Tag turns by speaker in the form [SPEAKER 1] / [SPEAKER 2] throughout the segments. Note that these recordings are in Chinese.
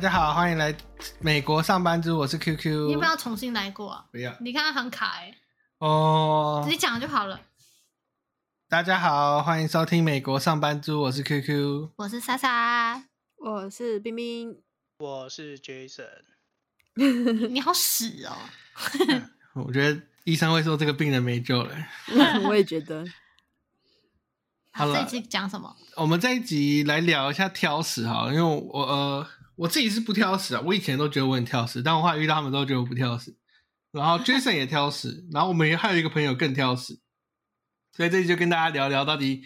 [SPEAKER 1] 家好，欢迎来美国上班族，我是 QQ。
[SPEAKER 2] 你要不要重新来过啊？
[SPEAKER 1] 不要
[SPEAKER 2] 你看他很卡哎、
[SPEAKER 1] 哦
[SPEAKER 2] 直。接讲就好了。
[SPEAKER 1] 大家好，欢迎收听美国上班族，我是 QQ。
[SPEAKER 2] 我是莎莎，
[SPEAKER 3] 我是冰 冰，
[SPEAKER 4] 我是 Jason，
[SPEAKER 2] 你好屎哦！
[SPEAKER 1] 我觉得医生会说这个病人没救了。
[SPEAKER 3] 我也觉得
[SPEAKER 1] 好了
[SPEAKER 2] 这一期讲什么？
[SPEAKER 1] 我们这一集来聊一下挑食哈，因为我呃我自己是不挑食啊，我以前都觉得我很挑食，但我后来遇到他们都觉得我不挑食。然后 Jason 也挑食，然后我们也还有一个朋友更挑食，所以这一集就跟大家聊聊到底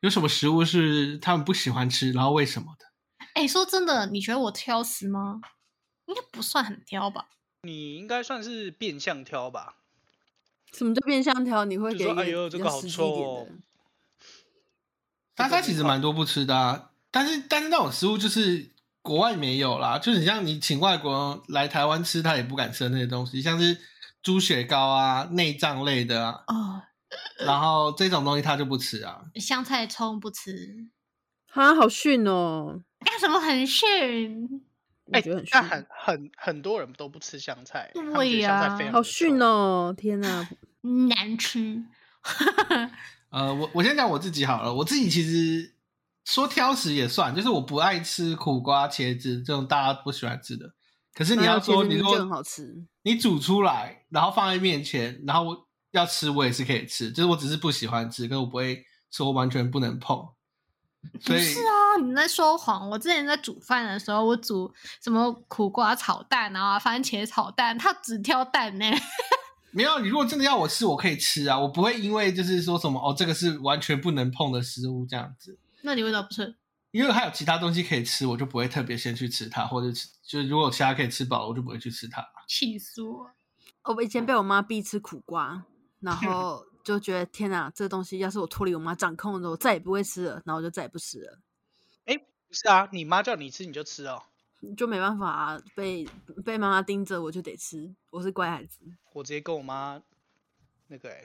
[SPEAKER 1] 有什么食物是他们不喜欢吃，然后为什么的。
[SPEAKER 2] 哎、说真的，你觉得我挑食吗？应该不算很挑吧。
[SPEAKER 4] 你应该算是变相挑吧？
[SPEAKER 3] 什么叫变相条，你会
[SPEAKER 4] 就
[SPEAKER 3] 给
[SPEAKER 4] 说
[SPEAKER 3] 一个
[SPEAKER 4] 哎呦
[SPEAKER 3] 比
[SPEAKER 4] 这
[SPEAKER 3] 较
[SPEAKER 4] 个好
[SPEAKER 3] 实际一
[SPEAKER 4] 臭
[SPEAKER 3] 点
[SPEAKER 4] 哦
[SPEAKER 3] 的
[SPEAKER 1] 大
[SPEAKER 4] 这个
[SPEAKER 1] 家
[SPEAKER 4] 不
[SPEAKER 1] 其实
[SPEAKER 4] 错
[SPEAKER 1] 蛮多不吃的、啊，但是但是那种食物就是国外没有啦，就是你像你请外国人来台湾吃，他也不敢吃的那些东西，像是猪血糕啊、内脏类的啊，
[SPEAKER 2] 哦，
[SPEAKER 1] 然后这种东西他就不吃啊。
[SPEAKER 2] 香菜葱不吃，
[SPEAKER 3] 哈，好逊 哦，
[SPEAKER 2] 干什么很逊？
[SPEAKER 3] 我
[SPEAKER 4] 哎
[SPEAKER 3] 觉得很，
[SPEAKER 4] 那
[SPEAKER 3] 逊，
[SPEAKER 4] 很很很多人都不吃香菜，他们
[SPEAKER 2] 对
[SPEAKER 4] 觉得香
[SPEAKER 2] 呀
[SPEAKER 4] 菜非常
[SPEAKER 3] 好逊
[SPEAKER 4] 哦。
[SPEAKER 3] 哦，天哪，
[SPEAKER 2] 难吃。
[SPEAKER 1] 呃，我我先讲我自己好了，我自己其实说挑食也算，就是我不爱吃苦瓜、茄子这种大家不喜欢吃的。可是你
[SPEAKER 3] 没有
[SPEAKER 1] 要
[SPEAKER 3] 茄
[SPEAKER 1] 说
[SPEAKER 3] 子
[SPEAKER 1] 你
[SPEAKER 3] 明
[SPEAKER 1] 说
[SPEAKER 3] 就很好吃，
[SPEAKER 1] 你煮出来，然后放在面前，然后我要吃我也是可以吃，就是我只是不喜欢吃，可是我不会说完全不能 碰。所
[SPEAKER 2] 不
[SPEAKER 1] 以
[SPEAKER 2] 是啊，你在说谎。我之前在煮饭的时候，我煮什么苦瓜炒蛋啊、番茄炒蛋，他只挑蛋呢、
[SPEAKER 1] 没有，你如果真的要我吃，我可以吃啊，我不会因为就是说什么哦，这个是完全不能碰的食物这样子。
[SPEAKER 2] 那你为什么不吃？
[SPEAKER 1] 因为还有其他东西可以吃，我就不会特别先去吃它，或者吃就是如果有其他可以吃饱了，我就不会去吃它。
[SPEAKER 2] 气死我！
[SPEAKER 3] 哦我以前被我妈逼吃苦瓜， 然后就觉得天哪，这东西要是我脱离我妈掌控的时候，我再也不会吃了，然后我就再也不吃了，
[SPEAKER 4] 哎、不是啊，你妈叫你吃你就吃哦，
[SPEAKER 3] 就没办法啊、被被妈妈盯着，我就得吃，我是乖孩子，
[SPEAKER 4] 我直接跟我妈那个哎、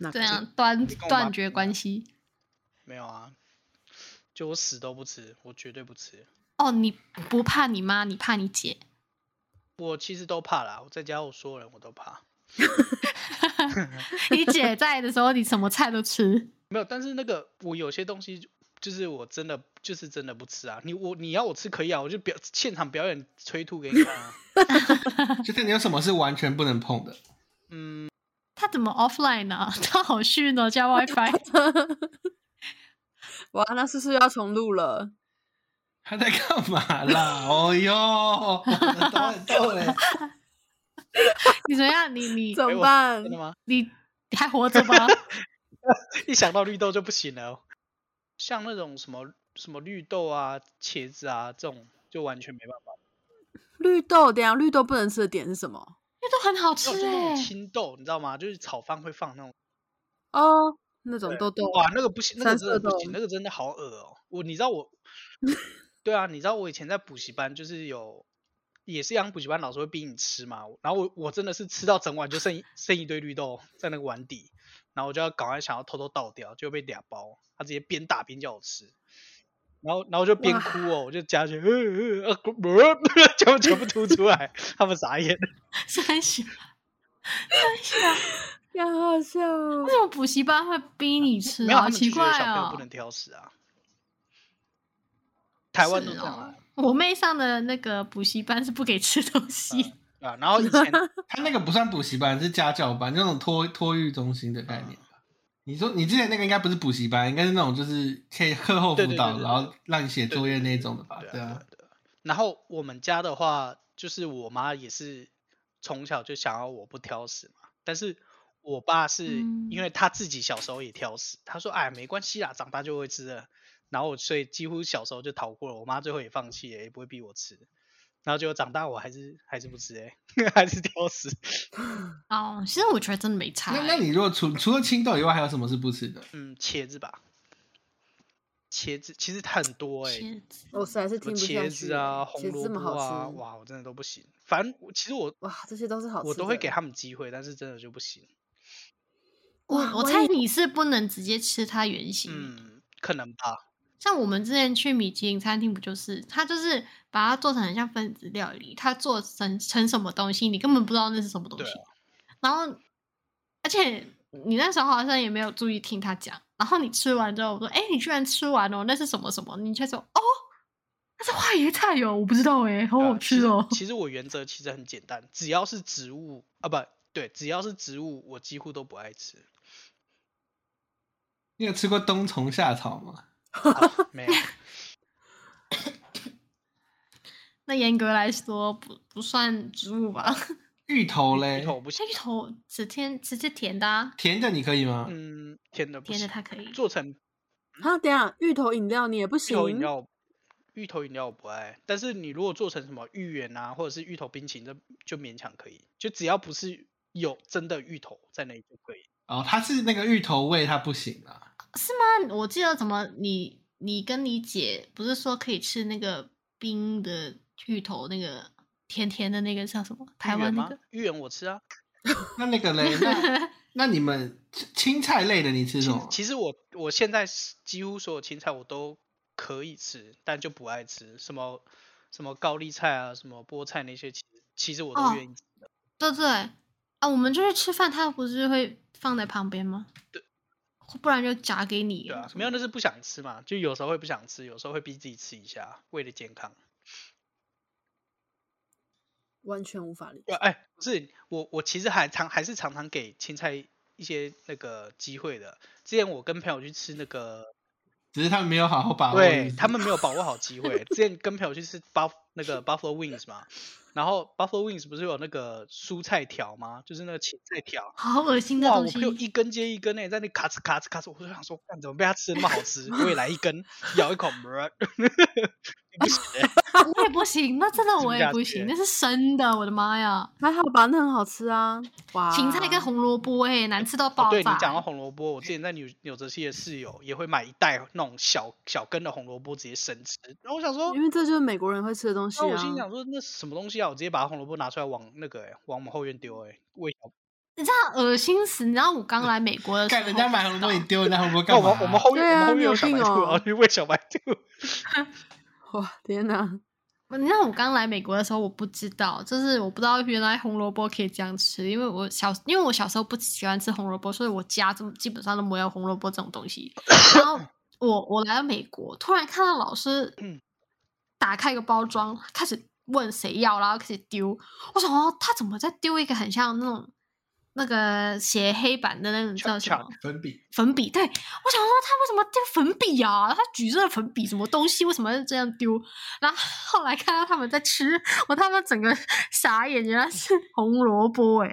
[SPEAKER 3] 那
[SPEAKER 2] 对啊，断
[SPEAKER 4] 你跟我妈
[SPEAKER 2] 断绝关系。
[SPEAKER 4] 没有啊，就我死都不吃，我绝对不吃。
[SPEAKER 2] 哦，你不怕你妈，你怕你 姐。
[SPEAKER 4] 我其实都怕啦，我在家我所有人我都怕，
[SPEAKER 2] 你姐在的时候，你什么菜都吃。
[SPEAKER 4] 没有。但是那个我有些东西就就是我真的就是真的不吃啊，你我你要我吃可以啊，我就表现场表演催吐给你看、啊。
[SPEAKER 1] 就是你有什么是完全不能碰的？
[SPEAKER 4] 嗯，
[SPEAKER 2] 她怎么 offline 呢、 她好逊哦， 加 WiFi。
[SPEAKER 3] 哇，那是不是又要重录了？
[SPEAKER 1] 他在干嘛啦？哦哟， 我很逗欸
[SPEAKER 2] 你怎么样？你 你
[SPEAKER 3] 怎
[SPEAKER 4] 哎
[SPEAKER 3] 么
[SPEAKER 4] 我
[SPEAKER 3] 办？
[SPEAKER 4] 真的吗？
[SPEAKER 2] 你你还活着 吗？
[SPEAKER 4] 一想到绿豆就不行了。哦像那种什么什么绿豆啊、茄子啊这种，就完全没办法。
[SPEAKER 3] 绿豆，等一下绿豆不能吃的点是什么？
[SPEAKER 2] 那都很好吃
[SPEAKER 4] 那种就那
[SPEAKER 2] 哎、
[SPEAKER 4] 种青豆，你知道吗？就是炒饭会放那种。
[SPEAKER 3] 哦，那种
[SPEAKER 4] 对啊
[SPEAKER 3] 豆豆，
[SPEAKER 4] 哇，那个不行，那个
[SPEAKER 3] 三
[SPEAKER 4] 真的
[SPEAKER 3] 色
[SPEAKER 4] 不行，
[SPEAKER 3] 豆
[SPEAKER 4] 那个真的好恶哦、我你知 道我，对啊，你知道我以前在补习班就是有，也是一样补习班老师会逼你吃嘛。然后我我真的是吃到整碗就剩一剩一堆绿豆在那个碗底，然后我就要赶快想要偷偷倒掉，就被俩包，他直接边打边叫我吃。然后，然后我就边
[SPEAKER 3] 哇
[SPEAKER 4] 哭哦，我就夹起来，呃呃呃，呃 全部全部吐出来，他们傻眼。
[SPEAKER 2] 三小，三小，
[SPEAKER 3] 呀，好好笑哦
[SPEAKER 2] 为！ 什么补习班会逼你吃
[SPEAKER 4] 没有，
[SPEAKER 2] 啊？
[SPEAKER 4] 他
[SPEAKER 2] 好
[SPEAKER 4] 们就
[SPEAKER 2] 奇
[SPEAKER 4] 觉得
[SPEAKER 2] 怪
[SPEAKER 4] 小朋友
[SPEAKER 2] 哦
[SPEAKER 4] 不。能挑食啊。台湾
[SPEAKER 2] 是
[SPEAKER 4] 都这样啊
[SPEAKER 2] 哦。我妹上的那个补习班是不给吃东西，
[SPEAKER 4] 对啊，然后以 前
[SPEAKER 1] 他那个不算补习班，是家教班，那种托托育中心的概念吧。
[SPEAKER 4] 嗯
[SPEAKER 1] 你说你之前那个应该不是补习班，应该是那种就是可以课后辅
[SPEAKER 4] 对对对
[SPEAKER 1] 导，
[SPEAKER 4] 对对
[SPEAKER 1] 然后让你写作业那种的吧
[SPEAKER 4] 对？啊
[SPEAKER 1] 对
[SPEAKER 4] 对
[SPEAKER 1] 啊
[SPEAKER 4] 啊，对啊。然后我们家的话，就是我妈也是从小就想要我不挑食嘛，但是我爸是因
[SPEAKER 3] 嗯
[SPEAKER 4] 为他自己小时候也挑食，他说哎没关系啦，长大就会吃的。然后我所以几乎小时候就逃过了，我妈最后也放弃了，也不会逼我吃。然后结果长大我还是还是不吃哎、 还是挑食。 嗯
[SPEAKER 2] 哦，其实我觉得真的没差欸、
[SPEAKER 1] 那那你如果除除了青豆以外，还有什么是不吃的？
[SPEAKER 4] 嗯，茄子吧，茄子其实它很多哎、
[SPEAKER 2] 茄子
[SPEAKER 3] 我实在是
[SPEAKER 4] 什
[SPEAKER 3] 听
[SPEAKER 4] 么
[SPEAKER 3] 不下
[SPEAKER 4] 茄
[SPEAKER 3] 去
[SPEAKER 4] 子
[SPEAKER 3] 欸。
[SPEAKER 4] 啊、
[SPEAKER 3] 茄
[SPEAKER 4] 红
[SPEAKER 3] 子
[SPEAKER 4] 萝
[SPEAKER 3] 这么
[SPEAKER 4] 卜啊，
[SPEAKER 3] 好吃，
[SPEAKER 4] 哇，我真的都不行。反正我其实我
[SPEAKER 3] 哇，这些都是好吃的。
[SPEAKER 4] 我都会给他们机会，但是真的就不行。
[SPEAKER 2] 我
[SPEAKER 3] 哇
[SPEAKER 2] 我
[SPEAKER 3] 我
[SPEAKER 2] 猜
[SPEAKER 3] 也
[SPEAKER 2] 你是不能直接吃它原形，
[SPEAKER 4] 嗯，可能吧。
[SPEAKER 2] 像我们之前去米其林餐厅，不就是它就是把它做成很像分子料理，它做成成什么东西，你根本不知道那是什么东
[SPEAKER 4] 对
[SPEAKER 2] 西
[SPEAKER 4] 啊。
[SPEAKER 2] 然后，而且你那时候好像也没有注意听他讲。然后你吃完之后，我说：“哎、你居然吃完哦，那是什么什么？”你却说：“哦，那是花椰菜哟、我不知道哎、好
[SPEAKER 4] 对啊
[SPEAKER 2] 好
[SPEAKER 4] 其
[SPEAKER 2] 吃
[SPEAKER 4] 实
[SPEAKER 2] 哦。
[SPEAKER 4] 其实我原则其实很简单，只要是植物啊，不对，只要是植物，我几乎都不爱 吃。
[SPEAKER 1] 你有吃过冬虫夏草吗？
[SPEAKER 4] 好没有，
[SPEAKER 2] 那严格来说不不算植物吧？
[SPEAKER 1] 芋头嘞，
[SPEAKER 4] 芋头我不行
[SPEAKER 2] 芋，头只甜只是甜的、啊，
[SPEAKER 1] 甜的你可以吗？
[SPEAKER 4] 嗯，甜的不
[SPEAKER 2] 甜的
[SPEAKER 4] 行。
[SPEAKER 2] 它可以。
[SPEAKER 4] 做成
[SPEAKER 3] 啊，等一下芋头饮料你也不
[SPEAKER 4] 芋
[SPEAKER 3] 行，
[SPEAKER 4] 头饮料我，芋头饮料我不爱，但是你如果做成什么芋圆啊，或者是芋头冰淇淋，这就勉强可以，就只要不是有真的芋头在那里就可以。
[SPEAKER 1] 哦，它是那个芋头味，它不行啊。
[SPEAKER 2] 是吗？我记得怎么你你跟你姐不是说可以吃那个冰的芋头，那个甜甜的那个叫什么？台
[SPEAKER 4] 芋
[SPEAKER 2] 湾
[SPEAKER 4] 圆
[SPEAKER 2] 那
[SPEAKER 4] 吗
[SPEAKER 2] 个？
[SPEAKER 4] 芋圆我吃啊，
[SPEAKER 1] 那那个 嘞，那那你们青青菜类的你吃
[SPEAKER 4] 其
[SPEAKER 1] 什
[SPEAKER 4] 实
[SPEAKER 1] 么？
[SPEAKER 4] 其实我我现在是几乎所有青菜我都可以吃，但就不爱吃什么什么高丽菜啊，什么菠菜那些，其实其实我
[SPEAKER 2] 哦
[SPEAKER 4] 都愿意吃。
[SPEAKER 2] 对对啊，我们就是吃饭，他不是会放在旁边吗？
[SPEAKER 4] 对，
[SPEAKER 2] 不然就夹给你。
[SPEAKER 4] 对啊，没有那是不想吃嘛，就有时候会不想吃，有时候会逼自己吃一下，为了健康。
[SPEAKER 3] 完全无法理
[SPEAKER 4] 对
[SPEAKER 3] 解
[SPEAKER 4] 啊，。哎、不是我，我其实还常还是常常给青菜一些那个机会的。之前我跟朋友去吃那个，
[SPEAKER 1] 只是他们没有好好把握。是
[SPEAKER 4] 对
[SPEAKER 1] 不
[SPEAKER 4] 他
[SPEAKER 1] 是
[SPEAKER 4] 们没有把握好机会。之前跟朋友去吃 buff 那个 buffalo wings 嘛，然后 buffalo wings 不是有那个蔬菜条吗？就是那个芹菜 条。
[SPEAKER 2] 好恶心的
[SPEAKER 4] 哇！我
[SPEAKER 2] 东
[SPEAKER 4] 朋友
[SPEAKER 2] 西。
[SPEAKER 4] 一根接一根呢、在那咔哧咔哧咔哧，我就想说，干怎么被他吃的那么好吃？我也来 一根，咬一口，不行欸、
[SPEAKER 2] 我也不行，那真的
[SPEAKER 4] 吃不
[SPEAKER 2] 我也
[SPEAKER 4] 下
[SPEAKER 2] 不
[SPEAKER 4] 去
[SPEAKER 2] 行，
[SPEAKER 4] 欸
[SPEAKER 2] 那是生的，我的妈呀！
[SPEAKER 3] 还好吧，那很好吃啊！哇，
[SPEAKER 2] 芹菜跟红萝卜哎，难吃到
[SPEAKER 4] 哦
[SPEAKER 2] 爆炸。
[SPEAKER 4] 对你讲到红萝卜，我之前在纽纽泽西的室友也会买一袋那种小小根的红萝卜直接生吃，然后我想说，
[SPEAKER 2] 啊
[SPEAKER 3] 因为这就是美国人会吃的东西
[SPEAKER 4] 那我
[SPEAKER 3] 啊。
[SPEAKER 4] 心想说那是什么东西啊？我直接把红萝卜拿出来往那个、欸、往我们后院丢哎、欸，为什么？
[SPEAKER 2] 你知道恶心死！你知道我刚来美国的时候，
[SPEAKER 1] 看人家买红萝卜， 你丢人家红萝卜
[SPEAKER 4] 那
[SPEAKER 1] 干
[SPEAKER 4] 我
[SPEAKER 1] 嘛、
[SPEAKER 4] 们我们后院、
[SPEAKER 3] 对
[SPEAKER 4] 我们
[SPEAKER 3] 啊
[SPEAKER 4] 后
[SPEAKER 3] 你
[SPEAKER 4] 院有
[SPEAKER 3] 有
[SPEAKER 4] 小白
[SPEAKER 3] 病
[SPEAKER 4] 兔，
[SPEAKER 3] 哦
[SPEAKER 4] 然后 去喂小白兔。
[SPEAKER 3] 哇，天哪！
[SPEAKER 2] 你知道我刚来美国的时候，我不知道，就是我不知道原来红萝卜可以这样吃，因为我小因为我小时候不喜欢吃红萝卜，所以我家这基本上都没有红萝卜这种东西。然后我我来到美国，突然看到老师
[SPEAKER 4] 嗯
[SPEAKER 2] 打开一个包装，开始问谁要，然后开始丢。我想哦，他怎么在丢一个很像那种那个写黑板的那种叫什
[SPEAKER 4] Chalk-
[SPEAKER 2] 么？
[SPEAKER 1] 粉笔，
[SPEAKER 2] 粉笔，对我想说他为什么丢粉笔啊？他举着粉笔什么东西，为什么要这样丢？然后后来看到他们在吃，我他们整个傻眼，原来是红萝卜哎、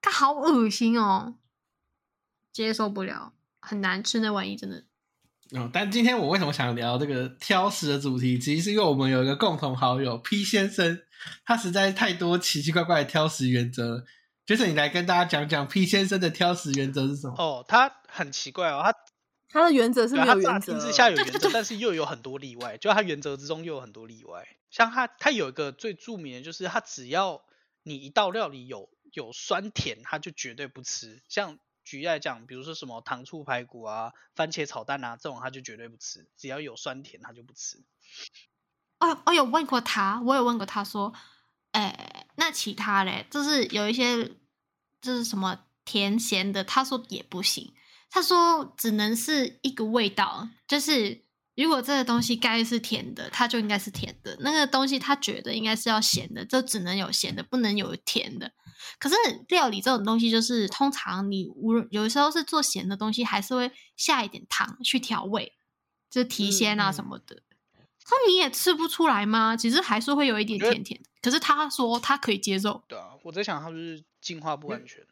[SPEAKER 2] 他好恶心哦，接受不了，很难吃那玩意真的。
[SPEAKER 1] 嗯，但今天我为什么想聊这个挑食的主题，其实是因为我们有一个共同好友 P 先生，他实在太多奇奇怪怪的挑食原则了。就是你来跟大家讲讲 P 先生的挑食原则是什么？
[SPEAKER 4] 哦，他很奇怪哦，他
[SPEAKER 3] 它的原则是
[SPEAKER 4] 对
[SPEAKER 3] 没
[SPEAKER 4] 他
[SPEAKER 3] 有
[SPEAKER 4] 乍
[SPEAKER 3] 原
[SPEAKER 4] 听
[SPEAKER 3] 则，
[SPEAKER 4] 之下有原则，但是又有很多例外，就他原则之中又有很多例外。像他，他有一个最著名的就是，他只要你一道料理有有酸甜，他就绝对不吃。像举例来讲，比如说什么糖醋排骨啊、番茄炒蛋啊这种，他就绝对不吃。只要有酸甜，他就不吃。
[SPEAKER 2] 哦，我有问过他，我有问过他说，哎，那其他嘞，就是有一些就是什么甜咸的，他说也不行，他说只能是一个味道，就是如果这个东西该是甜的，它就应该是甜的；那个东西他觉得应该是要咸的，就只能有咸的，不能有甜的。可是料理这种东西，就是通常你无论有时候是做咸的东西，还是会下一点糖去调味，就是提鲜啊什么的。说你也吃不出来吗？其实还是会有一点
[SPEAKER 4] 觉得
[SPEAKER 2] 甜甜的。可是他说他可以接受，
[SPEAKER 4] 对啊，我在想他是不是进化不完全。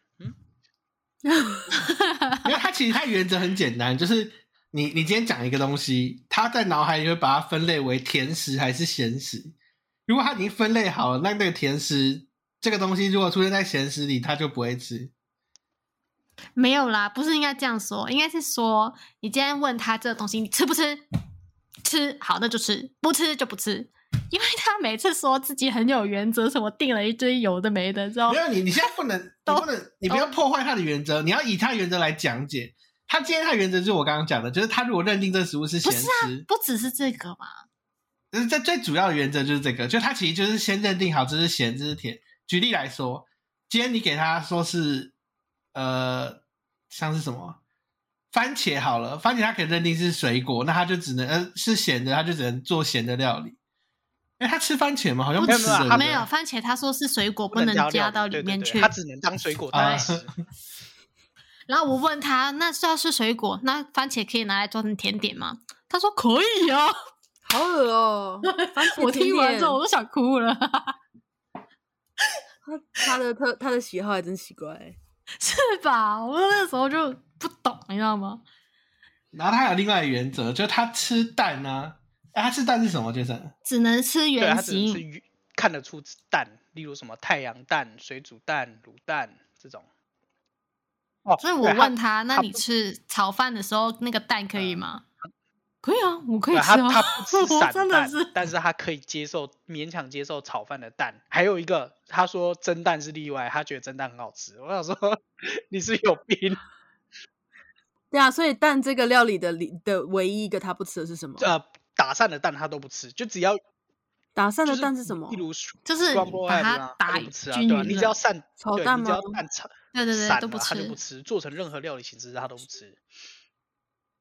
[SPEAKER 1] 因为他其实他原则很简单，就是你你今天讲一个东西，他在脑海里会把它分类为甜食还是咸食。如果他已经分类好了，那那个甜食这个东西如果出现在咸食里，他就不会吃。
[SPEAKER 2] 没有啦，不是应该这样说，应该是说你今天问他这个东西你吃不吃，吃好那就吃，不吃就不吃。因为他每次说自己很有原则，什么定了一堆有的没的之后
[SPEAKER 1] 没，有你，你现在不能，你不能，你不要破坏他的原则，你要以他原则来讲解。他今天他原则就是我刚刚讲的，就是他如果认定这食物是
[SPEAKER 2] 不
[SPEAKER 1] 咸
[SPEAKER 2] 是啊
[SPEAKER 1] 食，，
[SPEAKER 2] 不只是这个嘛，
[SPEAKER 1] 就是这最主要的原则就是这个，就他其实就是先认定好这是咸，这是甜。举例来说，今天你给他说是呃，像是什么番茄好了，番茄他可以认定是水果，那他就只能呃是咸的，他就只能做咸的料理。哎，他吃番茄吗？好像
[SPEAKER 2] 不
[SPEAKER 1] 吃
[SPEAKER 2] 只
[SPEAKER 4] 没
[SPEAKER 1] 的
[SPEAKER 4] 有
[SPEAKER 2] 是
[SPEAKER 1] 对
[SPEAKER 4] 没有它
[SPEAKER 1] 不对
[SPEAKER 2] 没有番茄，他说是水果
[SPEAKER 4] 不
[SPEAKER 2] 能
[SPEAKER 4] 加料
[SPEAKER 2] 加
[SPEAKER 4] 理
[SPEAKER 2] 到
[SPEAKER 4] 对
[SPEAKER 2] 里
[SPEAKER 4] 对
[SPEAKER 2] 面
[SPEAKER 4] 对
[SPEAKER 2] 去
[SPEAKER 4] 它。只能当水果
[SPEAKER 1] 啊
[SPEAKER 4] 单吃。
[SPEAKER 2] 然后我问他，那要是水果，那番茄可以拿来做成甜点吗？他说可以啊。
[SPEAKER 3] 好恶 哦、番茄
[SPEAKER 2] 我
[SPEAKER 3] 甜
[SPEAKER 2] 听完
[SPEAKER 3] 点
[SPEAKER 2] 之后我都想哭了，
[SPEAKER 3] 他他的特他的喜好还真奇怪、
[SPEAKER 2] 是吧？我那时候就不懂，你知道吗？
[SPEAKER 1] 然后他还有另外一个原则，就是他吃蛋啊，哎，他吃蛋是什么？就是
[SPEAKER 2] 只能吃
[SPEAKER 4] 对，
[SPEAKER 2] 原
[SPEAKER 4] 它只能是
[SPEAKER 2] 形，
[SPEAKER 4] 鱼看得出蛋，例如什么太阳蛋、水煮蛋、卤蛋这种。哦，
[SPEAKER 2] 所以我
[SPEAKER 4] 对它
[SPEAKER 2] 问他，那
[SPEAKER 4] 它
[SPEAKER 2] 你
[SPEAKER 4] 不嗯
[SPEAKER 2] 吃炒饭的时候那个蛋可以吗？可以啊，我可以
[SPEAKER 4] 对
[SPEAKER 2] 吃
[SPEAKER 4] 他
[SPEAKER 2] 啊。
[SPEAKER 4] 他不吃
[SPEAKER 2] 我
[SPEAKER 4] 散
[SPEAKER 2] 真的
[SPEAKER 4] 蛋
[SPEAKER 2] 是，
[SPEAKER 4] 但是他可以接受勉强接受炒饭的蛋。还有一个，他说蒸蛋是例外，他觉得蒸蛋很好吃。我想说 你是有病，
[SPEAKER 3] 对啊，所以蛋这个料理的里的唯一一个他不吃的是什么？
[SPEAKER 4] 呃，打散的蛋他都不吃，就只要
[SPEAKER 3] 打散
[SPEAKER 4] 就
[SPEAKER 3] 的
[SPEAKER 4] 是
[SPEAKER 3] 蛋是什么
[SPEAKER 4] 例？如 s
[SPEAKER 2] 就是把它打
[SPEAKER 4] 不吃啊，
[SPEAKER 2] 均
[SPEAKER 4] 对吧？
[SPEAKER 2] 匀
[SPEAKER 4] 你只
[SPEAKER 2] 了
[SPEAKER 4] 要散
[SPEAKER 3] 炒
[SPEAKER 4] 对
[SPEAKER 3] 蛋
[SPEAKER 4] 你只要
[SPEAKER 3] 吗
[SPEAKER 4] 蛋炒
[SPEAKER 2] 对对对，
[SPEAKER 4] 散
[SPEAKER 2] 都不
[SPEAKER 4] 了
[SPEAKER 2] 吃
[SPEAKER 4] 他就。不吃，做成任何料理形式他都不吃，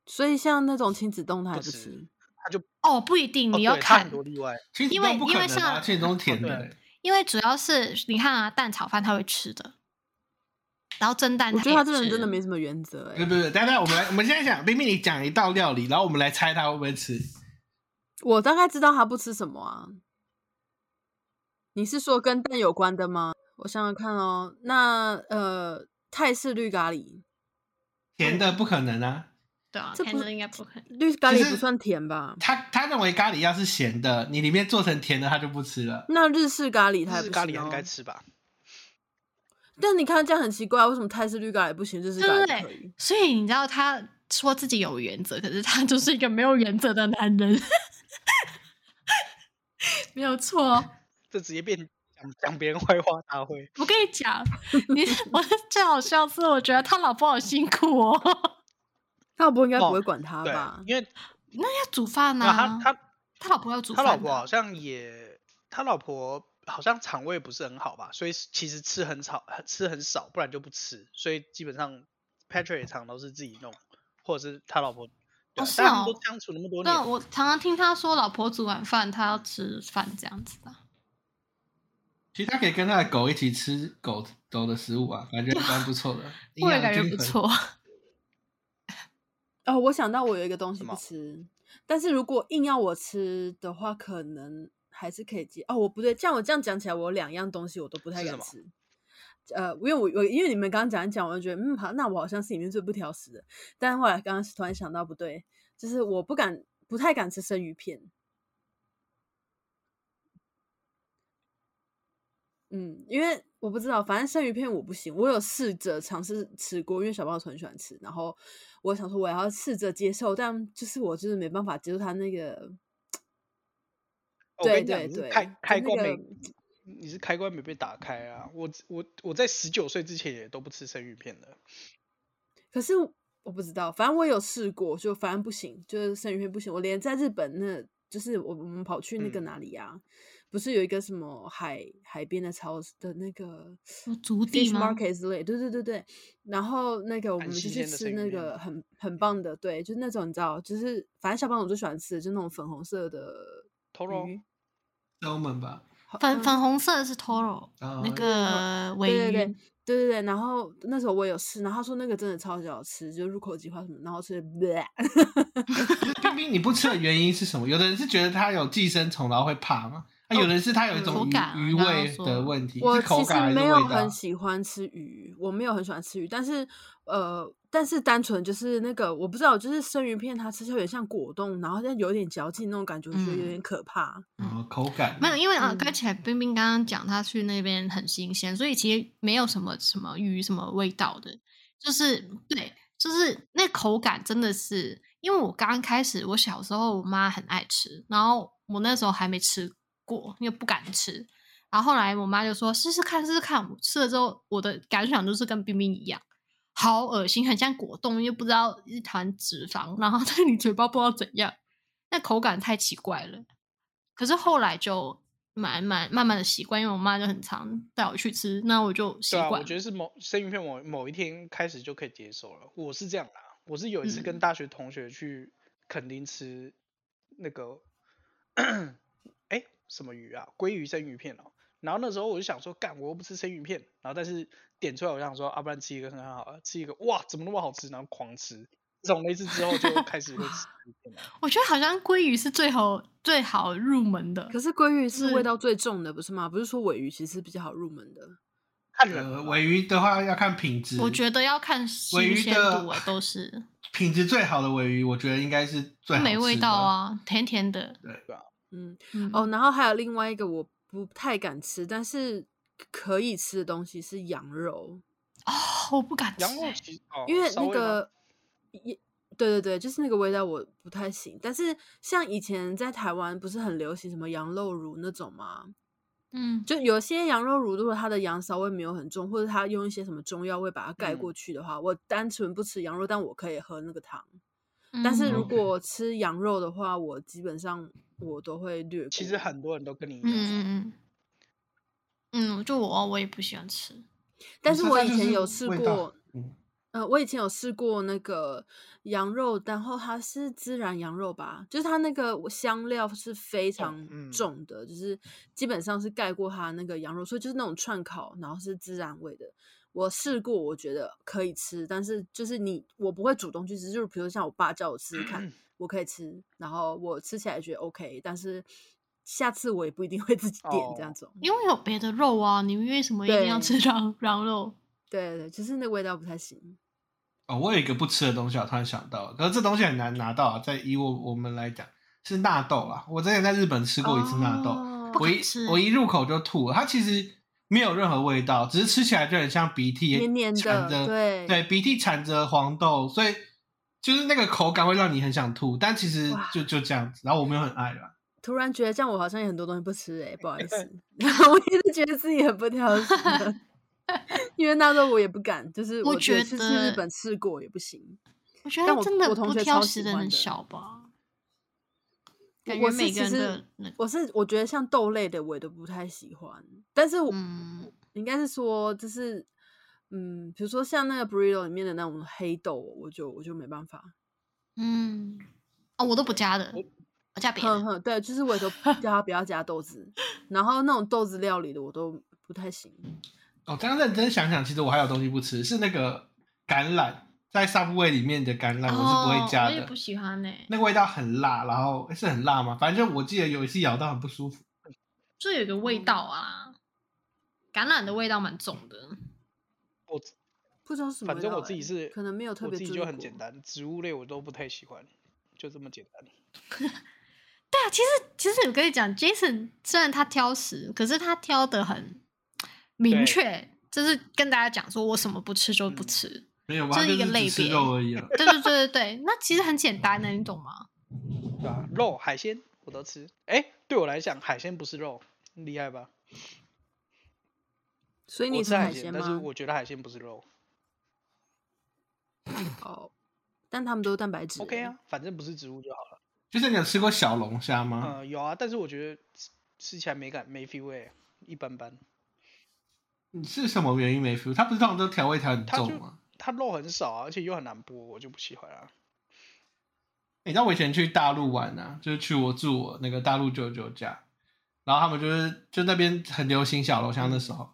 [SPEAKER 3] 所以像那种亲子冻他也
[SPEAKER 4] 不
[SPEAKER 3] 不
[SPEAKER 4] 吃
[SPEAKER 3] 吃，
[SPEAKER 4] 他就
[SPEAKER 2] 哦，不一定，
[SPEAKER 4] 哦
[SPEAKER 2] 你要
[SPEAKER 4] 对他
[SPEAKER 2] 看
[SPEAKER 4] 很，多例外。
[SPEAKER 1] 其实
[SPEAKER 2] 因为
[SPEAKER 1] 都不可能
[SPEAKER 2] 因为
[SPEAKER 1] 啊，
[SPEAKER 2] 像
[SPEAKER 1] 其实都是甜的、
[SPEAKER 4] 哦对
[SPEAKER 2] 因为主要是你看啊，蛋炒饭他会吃的，然后蒸蛋
[SPEAKER 3] 我
[SPEAKER 2] 他
[SPEAKER 3] 觉得
[SPEAKER 2] 也
[SPEAKER 3] 他这个人
[SPEAKER 2] 吃
[SPEAKER 3] 真的没什么原则、
[SPEAKER 1] 对
[SPEAKER 3] 欸。
[SPEAKER 1] 不对？等一下，我们来，我们现在讲冰冰，你讲一道料理，然后我们来猜他会不会吃。
[SPEAKER 3] 我大概知道他不吃什么啊。你是说跟蛋有关的吗？我想想看哦，那呃，泰式绿咖喱，
[SPEAKER 1] 甜的不可能啊，
[SPEAKER 2] 对啊，
[SPEAKER 3] 这
[SPEAKER 2] 看
[SPEAKER 3] 不
[SPEAKER 2] 着应该不可能。
[SPEAKER 3] 绿嗯咖
[SPEAKER 1] 就
[SPEAKER 3] 喱
[SPEAKER 1] 是
[SPEAKER 3] 不算甜吧？
[SPEAKER 1] 他他认为咖喱要是咸的，你里面做成甜的，他就不吃了。
[SPEAKER 3] 那日式咖喱他也
[SPEAKER 4] 日
[SPEAKER 3] 不行、
[SPEAKER 4] 式咖喱他应该
[SPEAKER 3] 哦。
[SPEAKER 4] 吃吧？
[SPEAKER 3] 但你看这样很奇怪，为什么泰式绿咖喱不行，日式
[SPEAKER 2] 对对
[SPEAKER 3] 咖喱可以
[SPEAKER 2] 对？，所以你知道他说自己有原则，可是他就是一个没有原则的男人， 没有错哦。
[SPEAKER 4] 这直接变讲讲别人坏话大会。
[SPEAKER 2] 我跟你讲，你 我最好笑是，我觉得他老婆好辛苦哦，
[SPEAKER 3] 他老婆应该不
[SPEAKER 4] 哦
[SPEAKER 3] 会管他
[SPEAKER 4] 对
[SPEAKER 3] 吧，？
[SPEAKER 4] 因为
[SPEAKER 2] 那要煮饭呐、
[SPEAKER 4] 那他他
[SPEAKER 2] 他老婆要煮
[SPEAKER 4] 他
[SPEAKER 2] 饭、啊
[SPEAKER 4] 老婆好像也，他老婆好像肠胃不是很好吧，所以其实吃很少，吃很少，不然就不吃。所以基本上 Patrick 也常都是自己弄，或者是他老婆。对啊
[SPEAKER 2] 是
[SPEAKER 4] 但他们
[SPEAKER 2] 哦
[SPEAKER 4] 都相处那么多
[SPEAKER 2] 那
[SPEAKER 4] 年，
[SPEAKER 2] 我常常听他说，老婆煮晚饭，他要吃饭这样子的。
[SPEAKER 1] 其实他可以跟他的狗一起吃狗狗的食物啊，感觉蛮不错的，营
[SPEAKER 2] 我也
[SPEAKER 1] 养
[SPEAKER 2] 感觉
[SPEAKER 1] 均
[SPEAKER 2] 不
[SPEAKER 1] 衡。
[SPEAKER 2] 错。
[SPEAKER 3] 哦，我想到我有一个东西
[SPEAKER 4] 什
[SPEAKER 3] 不
[SPEAKER 4] 么
[SPEAKER 3] 吃，但是如果硬要我吃的话，可能还是可以接。哦，我不对，这样我这样讲起来，我有两样东西我都不太
[SPEAKER 4] 是
[SPEAKER 3] 敢
[SPEAKER 4] 什么
[SPEAKER 3] 吃。呃，因为我我因为你们刚刚讲一讲，我就觉得嗯好，那我好像是里面最不挑食的。但后来刚刚突然想到不对，就是我不敢不太敢吃生鱼片。嗯，因为我不知道，反正生鱼片我不行，我有试着尝试吃过，因为小朋友很喜欢吃，然后我想说我要试着接受，但就是我就是没办法接受它那个，
[SPEAKER 4] 我跟
[SPEAKER 3] 对
[SPEAKER 4] 你讲，你
[SPEAKER 3] 对
[SPEAKER 4] 是
[SPEAKER 3] 对
[SPEAKER 4] 开
[SPEAKER 3] 就
[SPEAKER 4] 开
[SPEAKER 3] 那
[SPEAKER 4] 关没
[SPEAKER 3] 个，
[SPEAKER 4] 你是开关没被打开啊！我我我在十九岁之前也都不吃生鱼片的，
[SPEAKER 3] 可是我不知道，反正我有试过，就反正不行，就是生鱼片不行。我连在日本那，就是我我们跑去那个
[SPEAKER 4] 嗯
[SPEAKER 3] 哪里啊，不是有一个什么海海边的超市的那个
[SPEAKER 4] 哦
[SPEAKER 2] 有竹地
[SPEAKER 3] fish
[SPEAKER 2] 吗？
[SPEAKER 3] market 之类，对对对对。然后那个我
[SPEAKER 4] 很
[SPEAKER 3] 们就
[SPEAKER 4] 新
[SPEAKER 3] 去
[SPEAKER 4] 鲜的
[SPEAKER 3] 吃
[SPEAKER 4] 生鱼
[SPEAKER 3] 那
[SPEAKER 4] 片
[SPEAKER 3] 个
[SPEAKER 4] 吗
[SPEAKER 3] 很很棒的，对，就是那种你知道，就是反正小朋友最喜欢吃的，就那种粉红色的
[SPEAKER 4] 头
[SPEAKER 2] 嗯
[SPEAKER 4] 肉哦
[SPEAKER 3] 鱼，
[SPEAKER 1] 那我们吧，
[SPEAKER 3] 好
[SPEAKER 2] 粉
[SPEAKER 3] 嗯哦
[SPEAKER 2] 粉红色的是 Toro，、
[SPEAKER 1] 啊
[SPEAKER 4] 哦
[SPEAKER 2] 那个尾
[SPEAKER 3] 对对
[SPEAKER 2] 鱼，
[SPEAKER 3] 对对对对，然后那时候我有试，然后他说那个真的超级好吃，就入口即化什么，然后吃，
[SPEAKER 1] 就 是冰冰你不吃的原因是什么？有的人是觉得它有寄生虫，然后会怕吗？啊，有的人是它有一
[SPEAKER 2] 口
[SPEAKER 1] 种鱼、
[SPEAKER 2] 感啊
[SPEAKER 1] 鱼
[SPEAKER 2] 刚刚
[SPEAKER 1] 味
[SPEAKER 2] 说
[SPEAKER 1] 的问题，
[SPEAKER 3] 我
[SPEAKER 1] 是口
[SPEAKER 3] 其实
[SPEAKER 1] 感还是
[SPEAKER 3] 没
[SPEAKER 1] 味
[SPEAKER 3] 有
[SPEAKER 1] 道？
[SPEAKER 3] 很喜欢吃鱼，我没有很喜欢吃鱼，但是呃，但是单纯就是那个我不知道，就是生鱼片它吃起来有点像果冻，然后但有点嚼劲那种感觉，我觉得有
[SPEAKER 1] 嗯
[SPEAKER 3] 点可怕。
[SPEAKER 1] 哦，口感
[SPEAKER 2] 没有，因为啊，
[SPEAKER 3] 嗯
[SPEAKER 2] 而且冰冰刚刚讲她去那边很新鲜，所以其实没有什么什么鱼什么味道的，就是对，就是那口感真的是，因为我刚开始我小时候我妈很爱吃，然后我那时候还没吃过，因为不敢吃，然后后来我妈就说试试看试试看，我吃了之后我的感想就是跟冰冰一样，好恶心，很像果冻，又不知道一团脂肪，然后 在你嘴巴不知道怎样，那口感太奇怪了。可是后来就慢慢慢慢的习惯，因为我妈就很常带我去吃，那我就习
[SPEAKER 4] 对啊，
[SPEAKER 2] 惯
[SPEAKER 4] 我
[SPEAKER 2] 了。
[SPEAKER 4] 觉得是某生鱼片某某一天开始就可以接受了。我是这样啦，我是有一次
[SPEAKER 2] 嗯
[SPEAKER 4] 跟大学同学去垦丁吃那个， 哎、什么鱼啊？鲑鱼生鱼片哦。然后那时候我就想说，干，我又不吃生鱼片。然后但是点出来，我想说，啊，不然吃一个很好了，吃一个，哇，怎么那么好吃？然后狂吃。自从那次之后，就开始会吃生鱼片了。
[SPEAKER 2] 我觉得好像鲑鱼是最好最好入门的，
[SPEAKER 3] 可是鲑鱼是
[SPEAKER 2] 是
[SPEAKER 3] 味道最重的，不是吗？不是说尾鱼其实是比较好入门的。
[SPEAKER 4] 看人
[SPEAKER 1] 呃，
[SPEAKER 4] 了
[SPEAKER 1] 尾鱼的话要看品质，
[SPEAKER 2] 我觉得要看
[SPEAKER 1] 尾
[SPEAKER 2] 新
[SPEAKER 1] 鱼
[SPEAKER 2] 鲜
[SPEAKER 1] 的
[SPEAKER 2] 度啊，都是
[SPEAKER 1] 品质最好的尾鱼，我觉得应该是最好吃
[SPEAKER 2] 没
[SPEAKER 1] 的
[SPEAKER 2] 味道。啊，甜甜的。
[SPEAKER 3] 嗯，
[SPEAKER 2] 嗯、
[SPEAKER 3] 哦，然后还有另外一个我不太敢吃，但是可以吃的东西是羊肉，
[SPEAKER 2] 哦，我不敢吃、
[SPEAKER 4] 羊肉
[SPEAKER 2] 欸
[SPEAKER 4] 其实哦，
[SPEAKER 3] 因为
[SPEAKER 4] 稍
[SPEAKER 3] 那
[SPEAKER 4] 微吗
[SPEAKER 3] 个也。对对对，就是那个味道我不太行。但是像以前在台湾不是很流行什么羊肉乳那种吗？
[SPEAKER 2] 嗯，
[SPEAKER 3] 就有些羊肉乳，如果它的羊骚味没有很重，或者它用一些什么中药味把它盖
[SPEAKER 4] 嗯
[SPEAKER 3] 过去的话，我单纯不吃羊肉，但我可以喝那个汤。但是如
[SPEAKER 1] 嗯
[SPEAKER 3] 果吃羊肉的话，我基本上我都会略过。
[SPEAKER 4] 其实很多人都跟你一
[SPEAKER 2] 嗯嗯
[SPEAKER 4] 样，
[SPEAKER 2] 嗯嗯嗯，就我我也不喜欢吃，
[SPEAKER 3] 但
[SPEAKER 1] 嗯
[SPEAKER 3] 是
[SPEAKER 1] 它
[SPEAKER 3] 我
[SPEAKER 1] 它
[SPEAKER 3] 以
[SPEAKER 1] 就
[SPEAKER 3] 前
[SPEAKER 1] 是
[SPEAKER 3] 有试
[SPEAKER 1] 味道
[SPEAKER 3] 过，
[SPEAKER 1] 嗯
[SPEAKER 3] 呃，我以前有试过那个羊肉，然后它是孜然羊肉吧，就是它那个香料是
[SPEAKER 1] 哦
[SPEAKER 3] 非常
[SPEAKER 4] 嗯
[SPEAKER 3] 重的，就是基本上是盖过它那个羊肉，所以就是那种串烤，然后是孜然味的。我试过，我觉得可以吃，但是就是你我不会主动去吃，就是比如像我爸叫我吃吃
[SPEAKER 1] 嗯
[SPEAKER 3] 看，我可以吃，然后我吃起来觉得 OK，但是下次我也不一定会自己点这样
[SPEAKER 4] 哦
[SPEAKER 3] 子。
[SPEAKER 2] 因为有别的肉啊，你为什么一定要
[SPEAKER 3] 对
[SPEAKER 2] 吃 羊羊肉？
[SPEAKER 3] 对对，就是那味道不太行。
[SPEAKER 1] 哦，我有一个不吃的东西，啊我突然想到了，可是这东西很难拿到啊。在以我我们来讲，是纳豆啦。我之前在日本吃过一次纳豆，
[SPEAKER 3] 哦
[SPEAKER 2] 不
[SPEAKER 1] 我
[SPEAKER 2] 敢
[SPEAKER 1] 一
[SPEAKER 2] 吃
[SPEAKER 1] 我一入口就吐了。它其实没有任何味道，只是吃起来就很像鼻涕
[SPEAKER 3] 黏黏的
[SPEAKER 1] 缠着
[SPEAKER 3] 对
[SPEAKER 1] 对，鼻涕缠着黄豆，所以就是那个口感会让你很想吐，但其实
[SPEAKER 3] 哇
[SPEAKER 1] 就就这样子。然后我没有很爱啦，
[SPEAKER 3] 突然觉得这样，我好像有很多东西不吃哎、不好意 思，我也是觉得自己很不挑食的， 因为那时候我也不敢，就是
[SPEAKER 2] 我
[SPEAKER 3] 觉
[SPEAKER 2] 觉
[SPEAKER 3] 去去日
[SPEAKER 2] 得
[SPEAKER 3] 本吃过也不行。
[SPEAKER 2] 我觉得
[SPEAKER 3] 但我
[SPEAKER 2] 真
[SPEAKER 3] 我
[SPEAKER 2] 的
[SPEAKER 3] 同
[SPEAKER 2] 不
[SPEAKER 3] 学
[SPEAKER 2] 挑
[SPEAKER 3] 超喜
[SPEAKER 2] 食的
[SPEAKER 3] 欢
[SPEAKER 2] 人
[SPEAKER 3] 的
[SPEAKER 2] 少吧，
[SPEAKER 3] 我
[SPEAKER 2] 感觉
[SPEAKER 3] 我是
[SPEAKER 2] 每
[SPEAKER 3] 其
[SPEAKER 2] 个人
[SPEAKER 3] 实
[SPEAKER 2] 的那个，
[SPEAKER 3] 我是我觉得像豆类的我也都不太喜欢，但是我、
[SPEAKER 2] 嗯
[SPEAKER 3] 应该是说就是嗯，比如说像那个 burrito 里面的那种黑豆，我就我就没办法。
[SPEAKER 2] 嗯，哦，我都不加的，我加别
[SPEAKER 3] 哼
[SPEAKER 2] 的，
[SPEAKER 3] 哼，对，就是我 也都叫他不要加豆子，然后那种豆子料理的我都不太行。
[SPEAKER 1] 哦，这样认真想想，其实我还有东西不吃，是那个橄榄，在 Subway 里面的橄哎榄，我是不
[SPEAKER 2] 哦
[SPEAKER 1] 会加
[SPEAKER 2] 我也
[SPEAKER 1] 的。
[SPEAKER 2] 不喜欢呢、
[SPEAKER 3] 欸
[SPEAKER 1] 那个味道很辣，然后诶是很辣吗？反正我记得有一次咬到很不舒服。
[SPEAKER 2] 就有一个
[SPEAKER 3] 嗯
[SPEAKER 2] 味道啊，橄榄的味道蛮重的。
[SPEAKER 4] 我
[SPEAKER 3] 不知道是什么
[SPEAKER 4] 反
[SPEAKER 3] 味道欸、
[SPEAKER 4] 正我自己是
[SPEAKER 3] 可能没有特
[SPEAKER 4] 我
[SPEAKER 3] 别
[SPEAKER 4] 自己
[SPEAKER 3] 注
[SPEAKER 4] 就
[SPEAKER 3] 意
[SPEAKER 4] 很
[SPEAKER 3] 过
[SPEAKER 4] 简单，植物类我都不太喜欢，就这么简单。
[SPEAKER 2] 对啊，其实其实我跟你讲，Jason 虽然他挑食，可是他挑的很明
[SPEAKER 4] 对
[SPEAKER 2] 确，就是跟大家讲说我什么不吃就不
[SPEAKER 4] 嗯
[SPEAKER 2] 吃。
[SPEAKER 1] 没有吧？它
[SPEAKER 2] 这是
[SPEAKER 1] 就
[SPEAKER 2] 一个
[SPEAKER 1] 只
[SPEAKER 2] 类
[SPEAKER 1] 吃
[SPEAKER 2] 别
[SPEAKER 1] 肉而已 啊。
[SPEAKER 2] 对对对对对，那其实很简单
[SPEAKER 4] 嗯
[SPEAKER 2] 的，你懂吗？
[SPEAKER 4] 对
[SPEAKER 3] 啊
[SPEAKER 4] 吧、肉、海鲜我都吃。哎、对我来讲，海鲜不是肉，厉害吧？
[SPEAKER 3] 所以
[SPEAKER 4] 我
[SPEAKER 3] 你
[SPEAKER 4] 吃
[SPEAKER 3] 是
[SPEAKER 4] 海
[SPEAKER 3] 鲜吗？
[SPEAKER 4] 但是我觉得海鲜不是肉。
[SPEAKER 3] 哦，但他们都是蛋白质。
[SPEAKER 4] OK 啊，，反正不是植物就好了。
[SPEAKER 1] 就是你有吃过小龙虾吗？
[SPEAKER 4] 嗯，有啊，但是我觉得吃吃起来没感没 feel 味，一般般。
[SPEAKER 2] 嗯
[SPEAKER 1] 你是什么原因没 feel？它不是通常都调味调很
[SPEAKER 4] 它
[SPEAKER 1] 重
[SPEAKER 4] 就
[SPEAKER 1] 吗？
[SPEAKER 4] 它肉很少啊，而且又很难剥，我就不喜欢啊。
[SPEAKER 1] 你知道我以前去大陆玩啊，就是去我住我那个大陆舅舅家，然后他们就是就那边很流行小龙虾那时候，
[SPEAKER 2] 嗯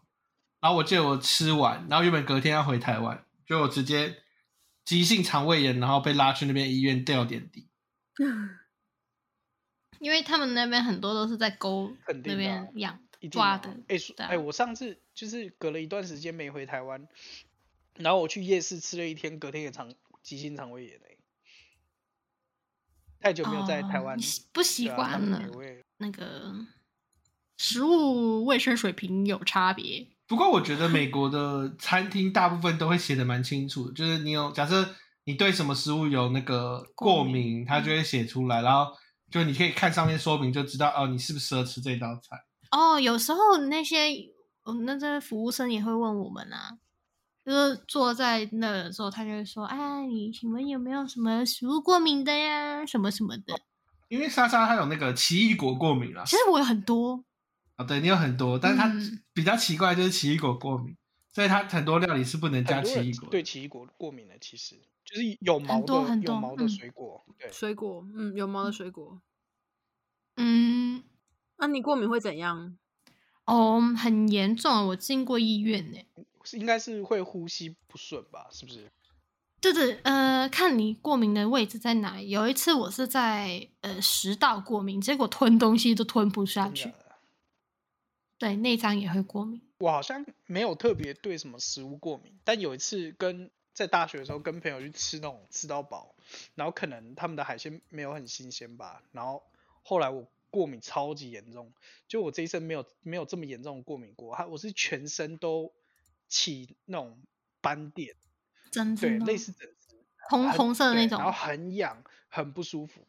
[SPEAKER 1] 然后我记得我吃完，然后原本隔天要回台湾，就我直接急性肠胃炎，然后被拉去那边医院吊点滴。
[SPEAKER 2] 因为他们那边很多都是在沟
[SPEAKER 4] 肯定
[SPEAKER 2] 那
[SPEAKER 4] 的啊
[SPEAKER 2] 边养
[SPEAKER 4] 一定
[SPEAKER 2] 抓
[SPEAKER 4] 啊
[SPEAKER 2] 的。
[SPEAKER 4] 哎、说
[SPEAKER 2] 对
[SPEAKER 4] 哎、
[SPEAKER 2] 啊
[SPEAKER 4] 我上次就是隔了一段时间没回台湾，然后我去夜市吃了一天，隔天也肠急性肠胃炎嘞、太久没有在台
[SPEAKER 2] 哦
[SPEAKER 4] 湾
[SPEAKER 2] 你习不习
[SPEAKER 4] 对啊
[SPEAKER 2] 惯
[SPEAKER 4] 当
[SPEAKER 2] 了
[SPEAKER 4] 美味
[SPEAKER 2] 那个食物卫生水平有差别。
[SPEAKER 1] 不过我觉得美国的餐厅大部分都会写的蛮清楚的，就是你有假设你对什么食物有那个过
[SPEAKER 2] 过敏
[SPEAKER 1] 敏，它就
[SPEAKER 4] 嗯
[SPEAKER 1] 会写出来，然后就你可以看上面说明就知道哦，你适不适合吃这道菜。
[SPEAKER 2] 哦哦，有时候那些嗯，那这服务生也会问我们啊，就是坐在那的时候，他就会说：“哎，你请问有没有什么食物过敏的呀？什么什么的。
[SPEAKER 1] 因为莎莎她有那个奇异果过敏啦”
[SPEAKER 2] 其，实我有很多，
[SPEAKER 1] 啊，对你有很多，但是她
[SPEAKER 2] 嗯
[SPEAKER 1] 比较奇怪就是奇异果过敏，所以她很多料理是不能加
[SPEAKER 4] 很多
[SPEAKER 1] 奇
[SPEAKER 4] 人
[SPEAKER 1] 异果的。
[SPEAKER 4] 对奇异果过敏的，其实就是有毛
[SPEAKER 2] 多
[SPEAKER 4] 的
[SPEAKER 2] 很
[SPEAKER 4] 有
[SPEAKER 2] 多
[SPEAKER 4] 毛的
[SPEAKER 2] 嗯
[SPEAKER 4] 水果，对，
[SPEAKER 3] 水果，嗯，有毛的水果。
[SPEAKER 2] 嗯，
[SPEAKER 3] 那、你过敏会怎样？
[SPEAKER 2] 哦，很严重，我进过医院呢。
[SPEAKER 4] 是应该是会呼吸不顺吧？是不是？
[SPEAKER 2] 就是呃，看你过敏的位置在哪里。有一次我是在呃食道过敏，结果吞东西都吞不下啊
[SPEAKER 4] 真的啊
[SPEAKER 2] 去
[SPEAKER 4] 假，的
[SPEAKER 2] 对内脏也会过敏。
[SPEAKER 4] 我好像没有特别对什么食物过敏，但有一次跟在大学的时候跟朋友去吃那种吃到饱，然后可能他们的海鲜没有很新鲜吧，然后后来我过敏超级严重，就我这一生没有没有这么严重的过敏过，还我是全身都起那种斑点，
[SPEAKER 2] 真的
[SPEAKER 4] 对，
[SPEAKER 2] 吗
[SPEAKER 4] 类似疹子，
[SPEAKER 2] 红
[SPEAKER 4] 很
[SPEAKER 2] 红色的
[SPEAKER 4] 对
[SPEAKER 2] 那种
[SPEAKER 4] 然后，很痒，很不舒服。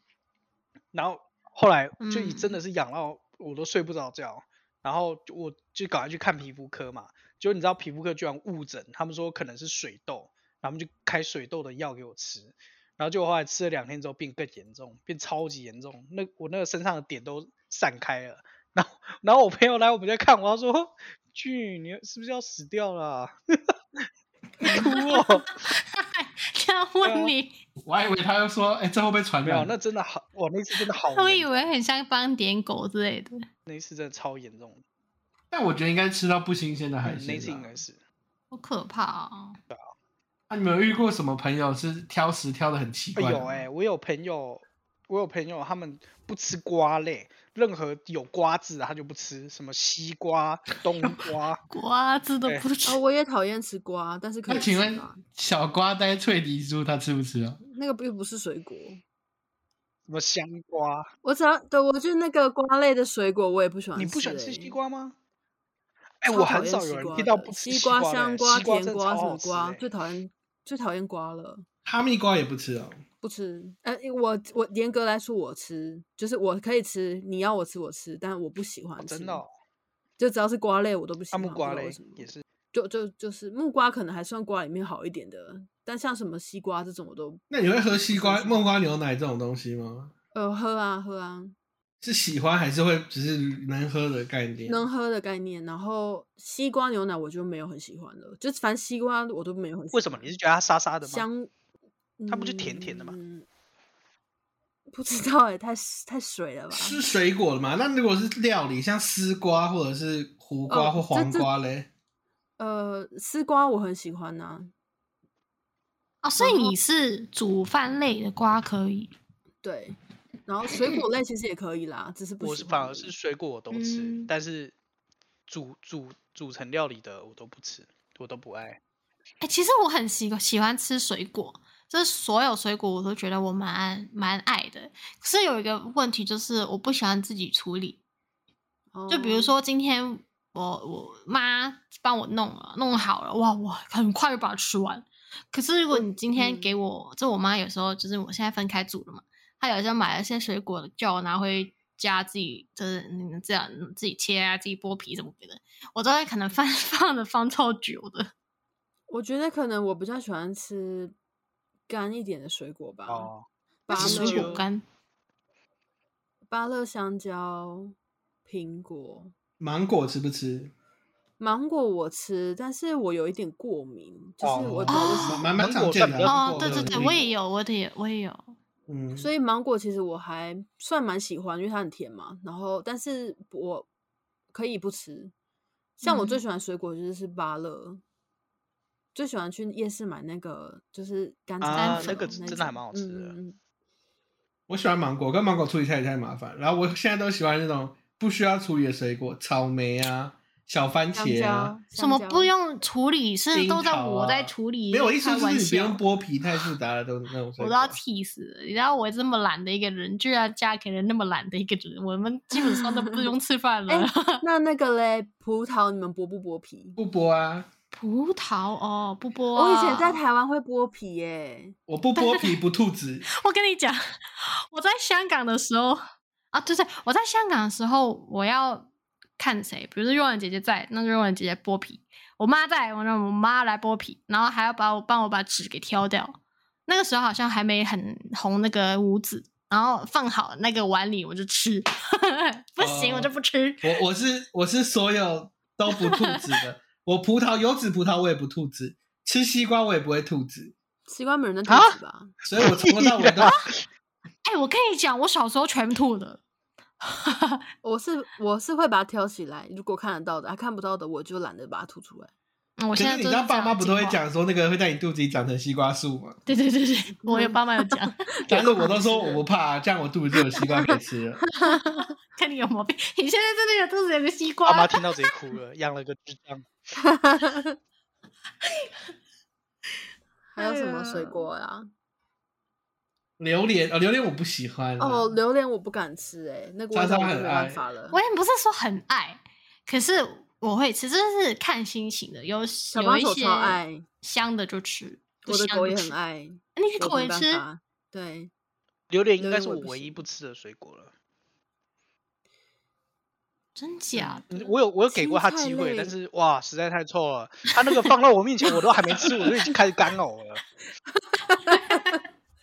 [SPEAKER 4] 然后后来就一
[SPEAKER 2] 嗯
[SPEAKER 4] 真的是痒到我都睡不着觉，然后就我就赶快去看皮肤科嘛。结果你知道皮肤科居然误诊，他们说可能是水痘，然后他们就开水痘的药给我吃。然后结果后来吃了两天之后变更严重，变超级严重，那我那个身上的点都散开了。然后然后我朋友来我们家看我，他说：“俊，你是不是要死掉了啊？”哭哦。
[SPEAKER 2] 这样
[SPEAKER 4] 对啊
[SPEAKER 2] 问你，
[SPEAKER 1] 我还以为她又说，哎、这会不会传
[SPEAKER 4] 没有，
[SPEAKER 1] 染？
[SPEAKER 4] 那真的好，我那次真的好严重，
[SPEAKER 2] 我嗯以为很像帮点狗之类的。
[SPEAKER 4] 那一次真的超严重，
[SPEAKER 1] 但我觉得应该吃到不新鲜的海
[SPEAKER 4] 嗯那
[SPEAKER 1] 鲜
[SPEAKER 4] 一次应
[SPEAKER 1] 啦。
[SPEAKER 4] 该是
[SPEAKER 2] 好可怕啊！
[SPEAKER 1] 那、你们有遇过什么朋友是挑食挑的很奇
[SPEAKER 4] 哎
[SPEAKER 1] 怪的
[SPEAKER 4] 有
[SPEAKER 1] 吗？
[SPEAKER 4] 哎、我有朋友，我有朋友他们不吃瓜类，任何有瓜子的他就不吃，什么西瓜、 冬瓜，
[SPEAKER 2] 瓜子都不吃
[SPEAKER 3] 哦，，我也讨厌吃瓜，但是可
[SPEAKER 1] 那
[SPEAKER 3] 以
[SPEAKER 1] 请
[SPEAKER 3] 吃
[SPEAKER 1] 问
[SPEAKER 3] 啊。
[SPEAKER 1] 小瓜呆脆皮酥他吃不吃啊？
[SPEAKER 3] 那个又不是水果，
[SPEAKER 4] 什么香瓜，
[SPEAKER 3] 我只要对我就是那个瓜类的水果，我也不喜欢吃、
[SPEAKER 4] 你不喜欢吃西？瓜吗？哎、
[SPEAKER 3] 哎，
[SPEAKER 4] 我
[SPEAKER 3] 啊欸超讨
[SPEAKER 4] 很
[SPEAKER 3] 厌
[SPEAKER 4] 少
[SPEAKER 3] 吃
[SPEAKER 4] 有人
[SPEAKER 3] 瓜
[SPEAKER 4] 听到
[SPEAKER 3] 的
[SPEAKER 4] 不吃
[SPEAKER 3] 西
[SPEAKER 4] 瓜的、欸
[SPEAKER 3] 香
[SPEAKER 4] 西
[SPEAKER 3] 瓜、
[SPEAKER 4] 瓜
[SPEAKER 3] 甜
[SPEAKER 4] 真的
[SPEAKER 3] 瓜
[SPEAKER 4] 超
[SPEAKER 3] 什
[SPEAKER 4] 好
[SPEAKER 3] 么
[SPEAKER 4] 吃
[SPEAKER 3] 瓜，
[SPEAKER 4] 哎
[SPEAKER 3] 最讨厌最讨厌瓜了。
[SPEAKER 1] 哈密瓜也不吃哦。
[SPEAKER 3] 不吃，呃，我我严格来说我吃，就是我可以吃，你要我吃我吃，但我不喜欢
[SPEAKER 4] 哦
[SPEAKER 3] 吃，
[SPEAKER 4] 真的、哦，
[SPEAKER 3] 就只要是瓜类我都不喜
[SPEAKER 4] 阿
[SPEAKER 3] 欢，
[SPEAKER 4] 啊木瓜
[SPEAKER 3] 不知道为
[SPEAKER 4] 类
[SPEAKER 3] 什么
[SPEAKER 4] 也是，
[SPEAKER 3] 就就就是木瓜可能还算瓜里面好一点的，但像什么西瓜这种我都
[SPEAKER 1] 那你会喝西瓜、木瓜牛奶这种东西吗？
[SPEAKER 3] 呃喝啊喝啊，
[SPEAKER 1] 是喜欢还是会只是能喝的概念？
[SPEAKER 3] 能喝的概念，然后西瓜牛奶我就没有很喜欢了，就反正西瓜我都没有很喜
[SPEAKER 4] 为什么
[SPEAKER 3] 欢
[SPEAKER 4] 你是觉得它沙沙的吗？
[SPEAKER 3] 香，
[SPEAKER 4] 它不就甜甜的吗
[SPEAKER 3] 嗯不知道哎、太太水了吧？
[SPEAKER 1] 是水果的嘛？那如果是料理，像丝瓜或者是胡瓜
[SPEAKER 3] 哦
[SPEAKER 1] 或
[SPEAKER 3] 这
[SPEAKER 1] 黄
[SPEAKER 3] 这
[SPEAKER 1] 瓜嘞？
[SPEAKER 3] 呃，丝瓜我很喜欢呐、
[SPEAKER 2] 哦，所以你是煮饭类的瓜可以，
[SPEAKER 3] 对，然后水果类其实也可以啦，只是不
[SPEAKER 4] 我
[SPEAKER 3] 喜
[SPEAKER 4] 是
[SPEAKER 3] 欢
[SPEAKER 4] 反
[SPEAKER 3] 而
[SPEAKER 4] 而
[SPEAKER 3] 已
[SPEAKER 4] 是水果我都吃，
[SPEAKER 2] 嗯
[SPEAKER 4] 但是煮煮煮成料理的我都不吃，我都不爱。
[SPEAKER 2] 哎、其实我很喜喜欢吃水果，就是所有水果我都觉得我蛮蛮爱的。可是有一个问题就是我不喜欢自己处理，就比如
[SPEAKER 1] 嗯
[SPEAKER 3] 哦
[SPEAKER 2] 说今天我我妈帮我弄了，弄好了，哇，我很快就把它吃完。可是如果你今天
[SPEAKER 3] 嗯
[SPEAKER 2] 给我，就我妈有时候就是我现在分开煮了嘛，她有时候买了一些水果叫我拿回家自己就是你们这样自己切啊，自己剥皮什么的，我都会可能放 放的放超久的。
[SPEAKER 3] 我觉得可能我比较喜欢吃干一点的水果吧，
[SPEAKER 4] 哦，
[SPEAKER 3] 芭
[SPEAKER 4] 那
[SPEAKER 2] 水
[SPEAKER 4] 就
[SPEAKER 2] 果
[SPEAKER 3] 乐、
[SPEAKER 2] 干，
[SPEAKER 3] 芭乐、香蕉、苹果、
[SPEAKER 1] 芒果吃不吃？
[SPEAKER 3] 芒果我吃，但是我有一点过敏，就是我不知道为什
[SPEAKER 1] 哦
[SPEAKER 3] 么。
[SPEAKER 1] 蛮蛮
[SPEAKER 4] 芒
[SPEAKER 1] 常
[SPEAKER 4] 果
[SPEAKER 1] 见
[SPEAKER 4] 蛋
[SPEAKER 1] 的
[SPEAKER 4] 比较
[SPEAKER 1] 啊。
[SPEAKER 2] 哦
[SPEAKER 4] 苹，
[SPEAKER 2] 对
[SPEAKER 4] 果
[SPEAKER 2] 对
[SPEAKER 4] 的
[SPEAKER 2] 对，
[SPEAKER 4] 苹
[SPEAKER 2] 我也
[SPEAKER 4] 果
[SPEAKER 2] 有，我的也我也有，
[SPEAKER 1] 嗯，
[SPEAKER 3] 所以芒果其实我还算蛮喜欢，因为它很甜嘛。然后，但是我可以不吃。像我最
[SPEAKER 2] 嗯
[SPEAKER 3] 喜欢水果就是是芭乐，最喜欢去夜市买那个就是干草
[SPEAKER 4] 啊
[SPEAKER 3] 莓
[SPEAKER 2] 那个
[SPEAKER 3] 种
[SPEAKER 4] 真的还
[SPEAKER 3] 种
[SPEAKER 4] 蛮好
[SPEAKER 3] 嗯
[SPEAKER 4] 吃
[SPEAKER 3] 嗯
[SPEAKER 4] 的
[SPEAKER 3] 嗯
[SPEAKER 1] 我喜欢芒果，跟芒果处理起来太麻烦。然后我现在都喜欢那种不需要处理的水果，草莓啊、小番
[SPEAKER 3] 嗯香
[SPEAKER 1] 茄啊
[SPEAKER 3] 蕉。
[SPEAKER 2] 什
[SPEAKER 3] 香
[SPEAKER 2] 么
[SPEAKER 3] 蕉
[SPEAKER 2] 不用处理，是
[SPEAKER 1] 樱
[SPEAKER 2] 都在
[SPEAKER 1] 桃
[SPEAKER 2] 我
[SPEAKER 1] 啊
[SPEAKER 2] 在处理，
[SPEAKER 1] 没有，我意思
[SPEAKER 2] 开
[SPEAKER 1] 就是
[SPEAKER 2] 玩
[SPEAKER 1] 你不
[SPEAKER 2] 笑
[SPEAKER 1] 用剥皮，太复杂的都那种水果。
[SPEAKER 2] 我都要气死了！你知道我这么懒的一个人，居然嫁给了那么懒的一个人，我们基本上都不用吃饭了。
[SPEAKER 3] 哎 那那个嘞，葡萄你们剥不剥皮？
[SPEAKER 1] 不剥啊，
[SPEAKER 2] 葡萄哦，不 剥、
[SPEAKER 3] 我以前在，台湾会剥皮耶、
[SPEAKER 1] 我不剥皮不吐籽。
[SPEAKER 2] 我跟你讲， 我在香港的时候啊，对对，我在香港的时候，我要看谁，比如说若文姐姐在，那就若文姐姐剥皮；我妈在，我让我妈来剥皮，然后还要把我帮我把纸给挑掉。那个时候好像还没很红那个五子，然后放好那个碗里我就吃， 不行、
[SPEAKER 1] 哦
[SPEAKER 2] 我就不吃。
[SPEAKER 1] 我我是我是所有都不吐籽的，我葡萄有籽葡萄我也不吐籽，吃西瓜我也不会吐籽，
[SPEAKER 3] 西瓜没人能吐
[SPEAKER 4] 啊
[SPEAKER 3] 籽吧？
[SPEAKER 1] 所以我从头到 尾都
[SPEAKER 2] 哎、我跟你讲，我小时候全吐的。
[SPEAKER 3] 我是我是会把它挑起来，如果看得到的，啊看不到的我就懒得把它吐出来。
[SPEAKER 2] 嗯我
[SPEAKER 1] 可
[SPEAKER 2] 现在
[SPEAKER 1] 是你
[SPEAKER 2] 就
[SPEAKER 1] 知道
[SPEAKER 2] 这
[SPEAKER 1] 爸
[SPEAKER 2] 样
[SPEAKER 1] 妈不都会
[SPEAKER 2] 进化？
[SPEAKER 1] 讲说那个会在你肚子里长成西瓜树 吗？
[SPEAKER 2] 对对对对， 我
[SPEAKER 1] 嗯
[SPEAKER 2] 有爸妈有讲，
[SPEAKER 1] 但是我都说我不怕，这样我肚子就有西瓜可以吃了。
[SPEAKER 2] 看你有毛病。你现在真的有肚子有个西
[SPEAKER 4] 爸妈
[SPEAKER 2] 瓜，
[SPEAKER 4] 听到直接哭了，养了个智障。
[SPEAKER 3] 还有什么
[SPEAKER 2] 哎
[SPEAKER 3] 水
[SPEAKER 2] 呀
[SPEAKER 3] 果呀、
[SPEAKER 1] 榴莲啊，榴莲我不喜欢啊
[SPEAKER 3] 哦，榴莲我不敢吃哎、那个
[SPEAKER 1] 莎
[SPEAKER 3] 味
[SPEAKER 1] 莎
[SPEAKER 3] 道我就
[SPEAKER 1] 很
[SPEAKER 3] 没
[SPEAKER 1] 爱
[SPEAKER 3] 办法了。
[SPEAKER 2] 我也不是说很爱，可是我会吃，这是看心情的。有
[SPEAKER 3] 小
[SPEAKER 2] 有
[SPEAKER 3] 帮
[SPEAKER 2] 一
[SPEAKER 3] 手
[SPEAKER 2] 些
[SPEAKER 3] 超爱，
[SPEAKER 2] 香的就吃，不
[SPEAKER 3] 我的
[SPEAKER 2] 香
[SPEAKER 3] 狗
[SPEAKER 2] 不
[SPEAKER 3] 也
[SPEAKER 2] 吃
[SPEAKER 3] 很。爱，
[SPEAKER 2] 哎你的
[SPEAKER 3] 我
[SPEAKER 2] 狗
[SPEAKER 3] 没
[SPEAKER 2] 也
[SPEAKER 3] 办
[SPEAKER 2] 吃？
[SPEAKER 3] 法。对，
[SPEAKER 4] 榴莲应
[SPEAKER 3] 榴
[SPEAKER 4] 该
[SPEAKER 3] 莲
[SPEAKER 4] 是
[SPEAKER 3] 我
[SPEAKER 4] 我
[SPEAKER 3] 也不
[SPEAKER 4] 唯一
[SPEAKER 3] 行
[SPEAKER 4] 不吃的水果了。
[SPEAKER 2] 真假的？
[SPEAKER 4] 嗯我有我有给
[SPEAKER 3] 青
[SPEAKER 4] 过他
[SPEAKER 3] 菜
[SPEAKER 4] 机会，但
[SPEAKER 3] 类
[SPEAKER 4] 是哇，实在太臭了。他那个放到我面前，我都还没吃，我就已经开始干呕了。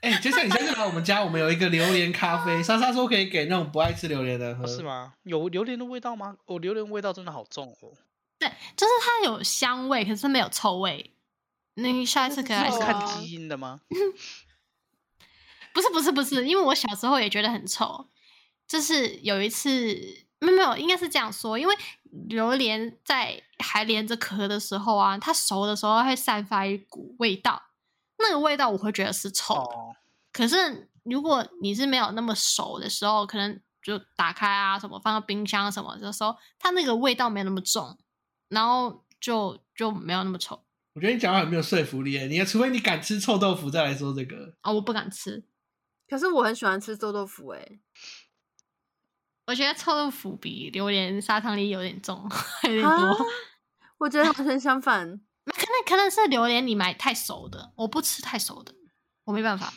[SPEAKER 1] 哎、就像你下次来我们家，我们有一个榴莲咖 啡，莎莎说可以给那种不爱吃榴莲的喝，
[SPEAKER 4] 哦是？吗？有榴莲的味道吗？哦，榴莲味道真的好重哦。
[SPEAKER 2] 对，就是它有香味，可是没有臭味。那你下一次可以来
[SPEAKER 1] 哦
[SPEAKER 4] 是
[SPEAKER 2] 试
[SPEAKER 3] 有
[SPEAKER 4] 看
[SPEAKER 3] 啊
[SPEAKER 4] 基因的吗？
[SPEAKER 2] 不是不是不是，因为我小时候也觉得很臭，就是有一次没有没有，应该是这样说，因为榴莲在还连着壳的时候啊，它熟的时候会散发一股味道，那个味道我会觉得是臭的。
[SPEAKER 4] 哦，
[SPEAKER 2] 可是如果你是没有那么熟的时候，可能就打开啊什么放到冰箱什么的时候，它那个味道没有那么重，然后就就没有那么臭
[SPEAKER 1] 我觉得你讲话很没有说服力，欸你除非你敢吃臭豆腐再来说这个。
[SPEAKER 2] 啊、我不敢吃，
[SPEAKER 3] 可是我很喜欢吃臭豆腐哎、
[SPEAKER 2] 我觉得臭豆腐比榴莲杀伤力有点重， 有点
[SPEAKER 3] 啊
[SPEAKER 2] 多。
[SPEAKER 3] 我觉得完全相 反。
[SPEAKER 2] 可能可能是榴莲你买太熟的，我不吃太熟的，我没办法。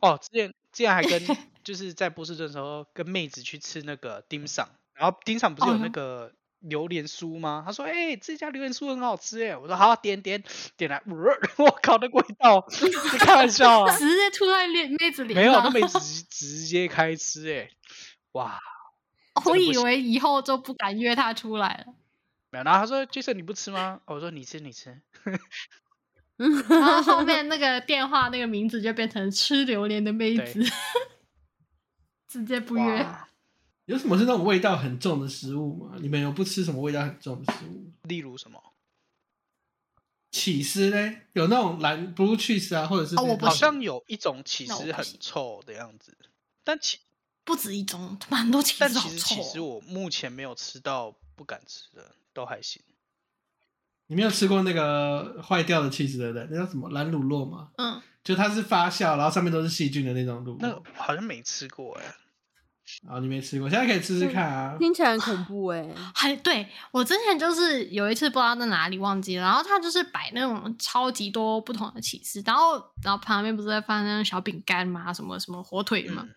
[SPEAKER 4] 哦，之前之前还跟 就是在波士顿的时候跟妹子去吃那个丁上，然后丁上不是有
[SPEAKER 2] 哦
[SPEAKER 4] 那个榴莲酥吗？她说：“哎、这家榴莲酥很好吃哎。”我说：“好，点点点来。 我靠，那个味道，你开玩笑啊？
[SPEAKER 2] 直接吐在脸妹子脸
[SPEAKER 4] 没有，
[SPEAKER 2] 上
[SPEAKER 4] 那妹子直直接开吃哎、哇！
[SPEAKER 2] 我
[SPEAKER 4] 真的不
[SPEAKER 2] 以
[SPEAKER 4] 行
[SPEAKER 2] 为以后就不敢约她出来了。
[SPEAKER 4] 没有，然后她说：“Jason，你不吃吗？”哦我说：“你吃，你吃。
[SPEAKER 3] 嗯，
[SPEAKER 2] 然后后面那个电话那个名字就变成吃榴莲的妹
[SPEAKER 4] 对
[SPEAKER 2] 子， 直接”不约。
[SPEAKER 4] 哇，
[SPEAKER 1] 有什么是那种味道很重的食物吗？你们有不吃什么味道很重的食物？
[SPEAKER 4] 例如什么？
[SPEAKER 1] 起司嘞，有那种蓝 blue cheese 啊，或者是
[SPEAKER 2] 哦我不
[SPEAKER 4] 好
[SPEAKER 1] 好
[SPEAKER 2] 行
[SPEAKER 1] 像
[SPEAKER 4] 像有一种起
[SPEAKER 2] 那我
[SPEAKER 4] 司
[SPEAKER 2] 不
[SPEAKER 4] 很
[SPEAKER 2] 行
[SPEAKER 4] 臭的样子，但其
[SPEAKER 2] 不止一种，蛮多起
[SPEAKER 4] 但
[SPEAKER 2] 司
[SPEAKER 4] 其
[SPEAKER 2] 好
[SPEAKER 4] 实
[SPEAKER 2] 臭
[SPEAKER 4] 其实
[SPEAKER 2] 哦、
[SPEAKER 4] 我目前没有吃到不敢吃的，都还行。
[SPEAKER 1] 你没有吃过那个坏掉的 cheese 对不对？那叫什么蓝乳酪吗？
[SPEAKER 2] 嗯，
[SPEAKER 1] 就它是发酵，然后上面都是细菌的那种乳
[SPEAKER 4] 那
[SPEAKER 1] 酪
[SPEAKER 4] 个。好像没吃过哎、
[SPEAKER 1] 啊，你没吃过，现在可以试试看啊。
[SPEAKER 3] 听起来很恐怖哎、
[SPEAKER 2] 还对我之前就是有一次不知道在哪里忘记了，然后他就是摆那种超级多不同的起司，然后然后旁边不是在放那种小饼干嘛，什么什么火腿嘛。
[SPEAKER 4] 嗯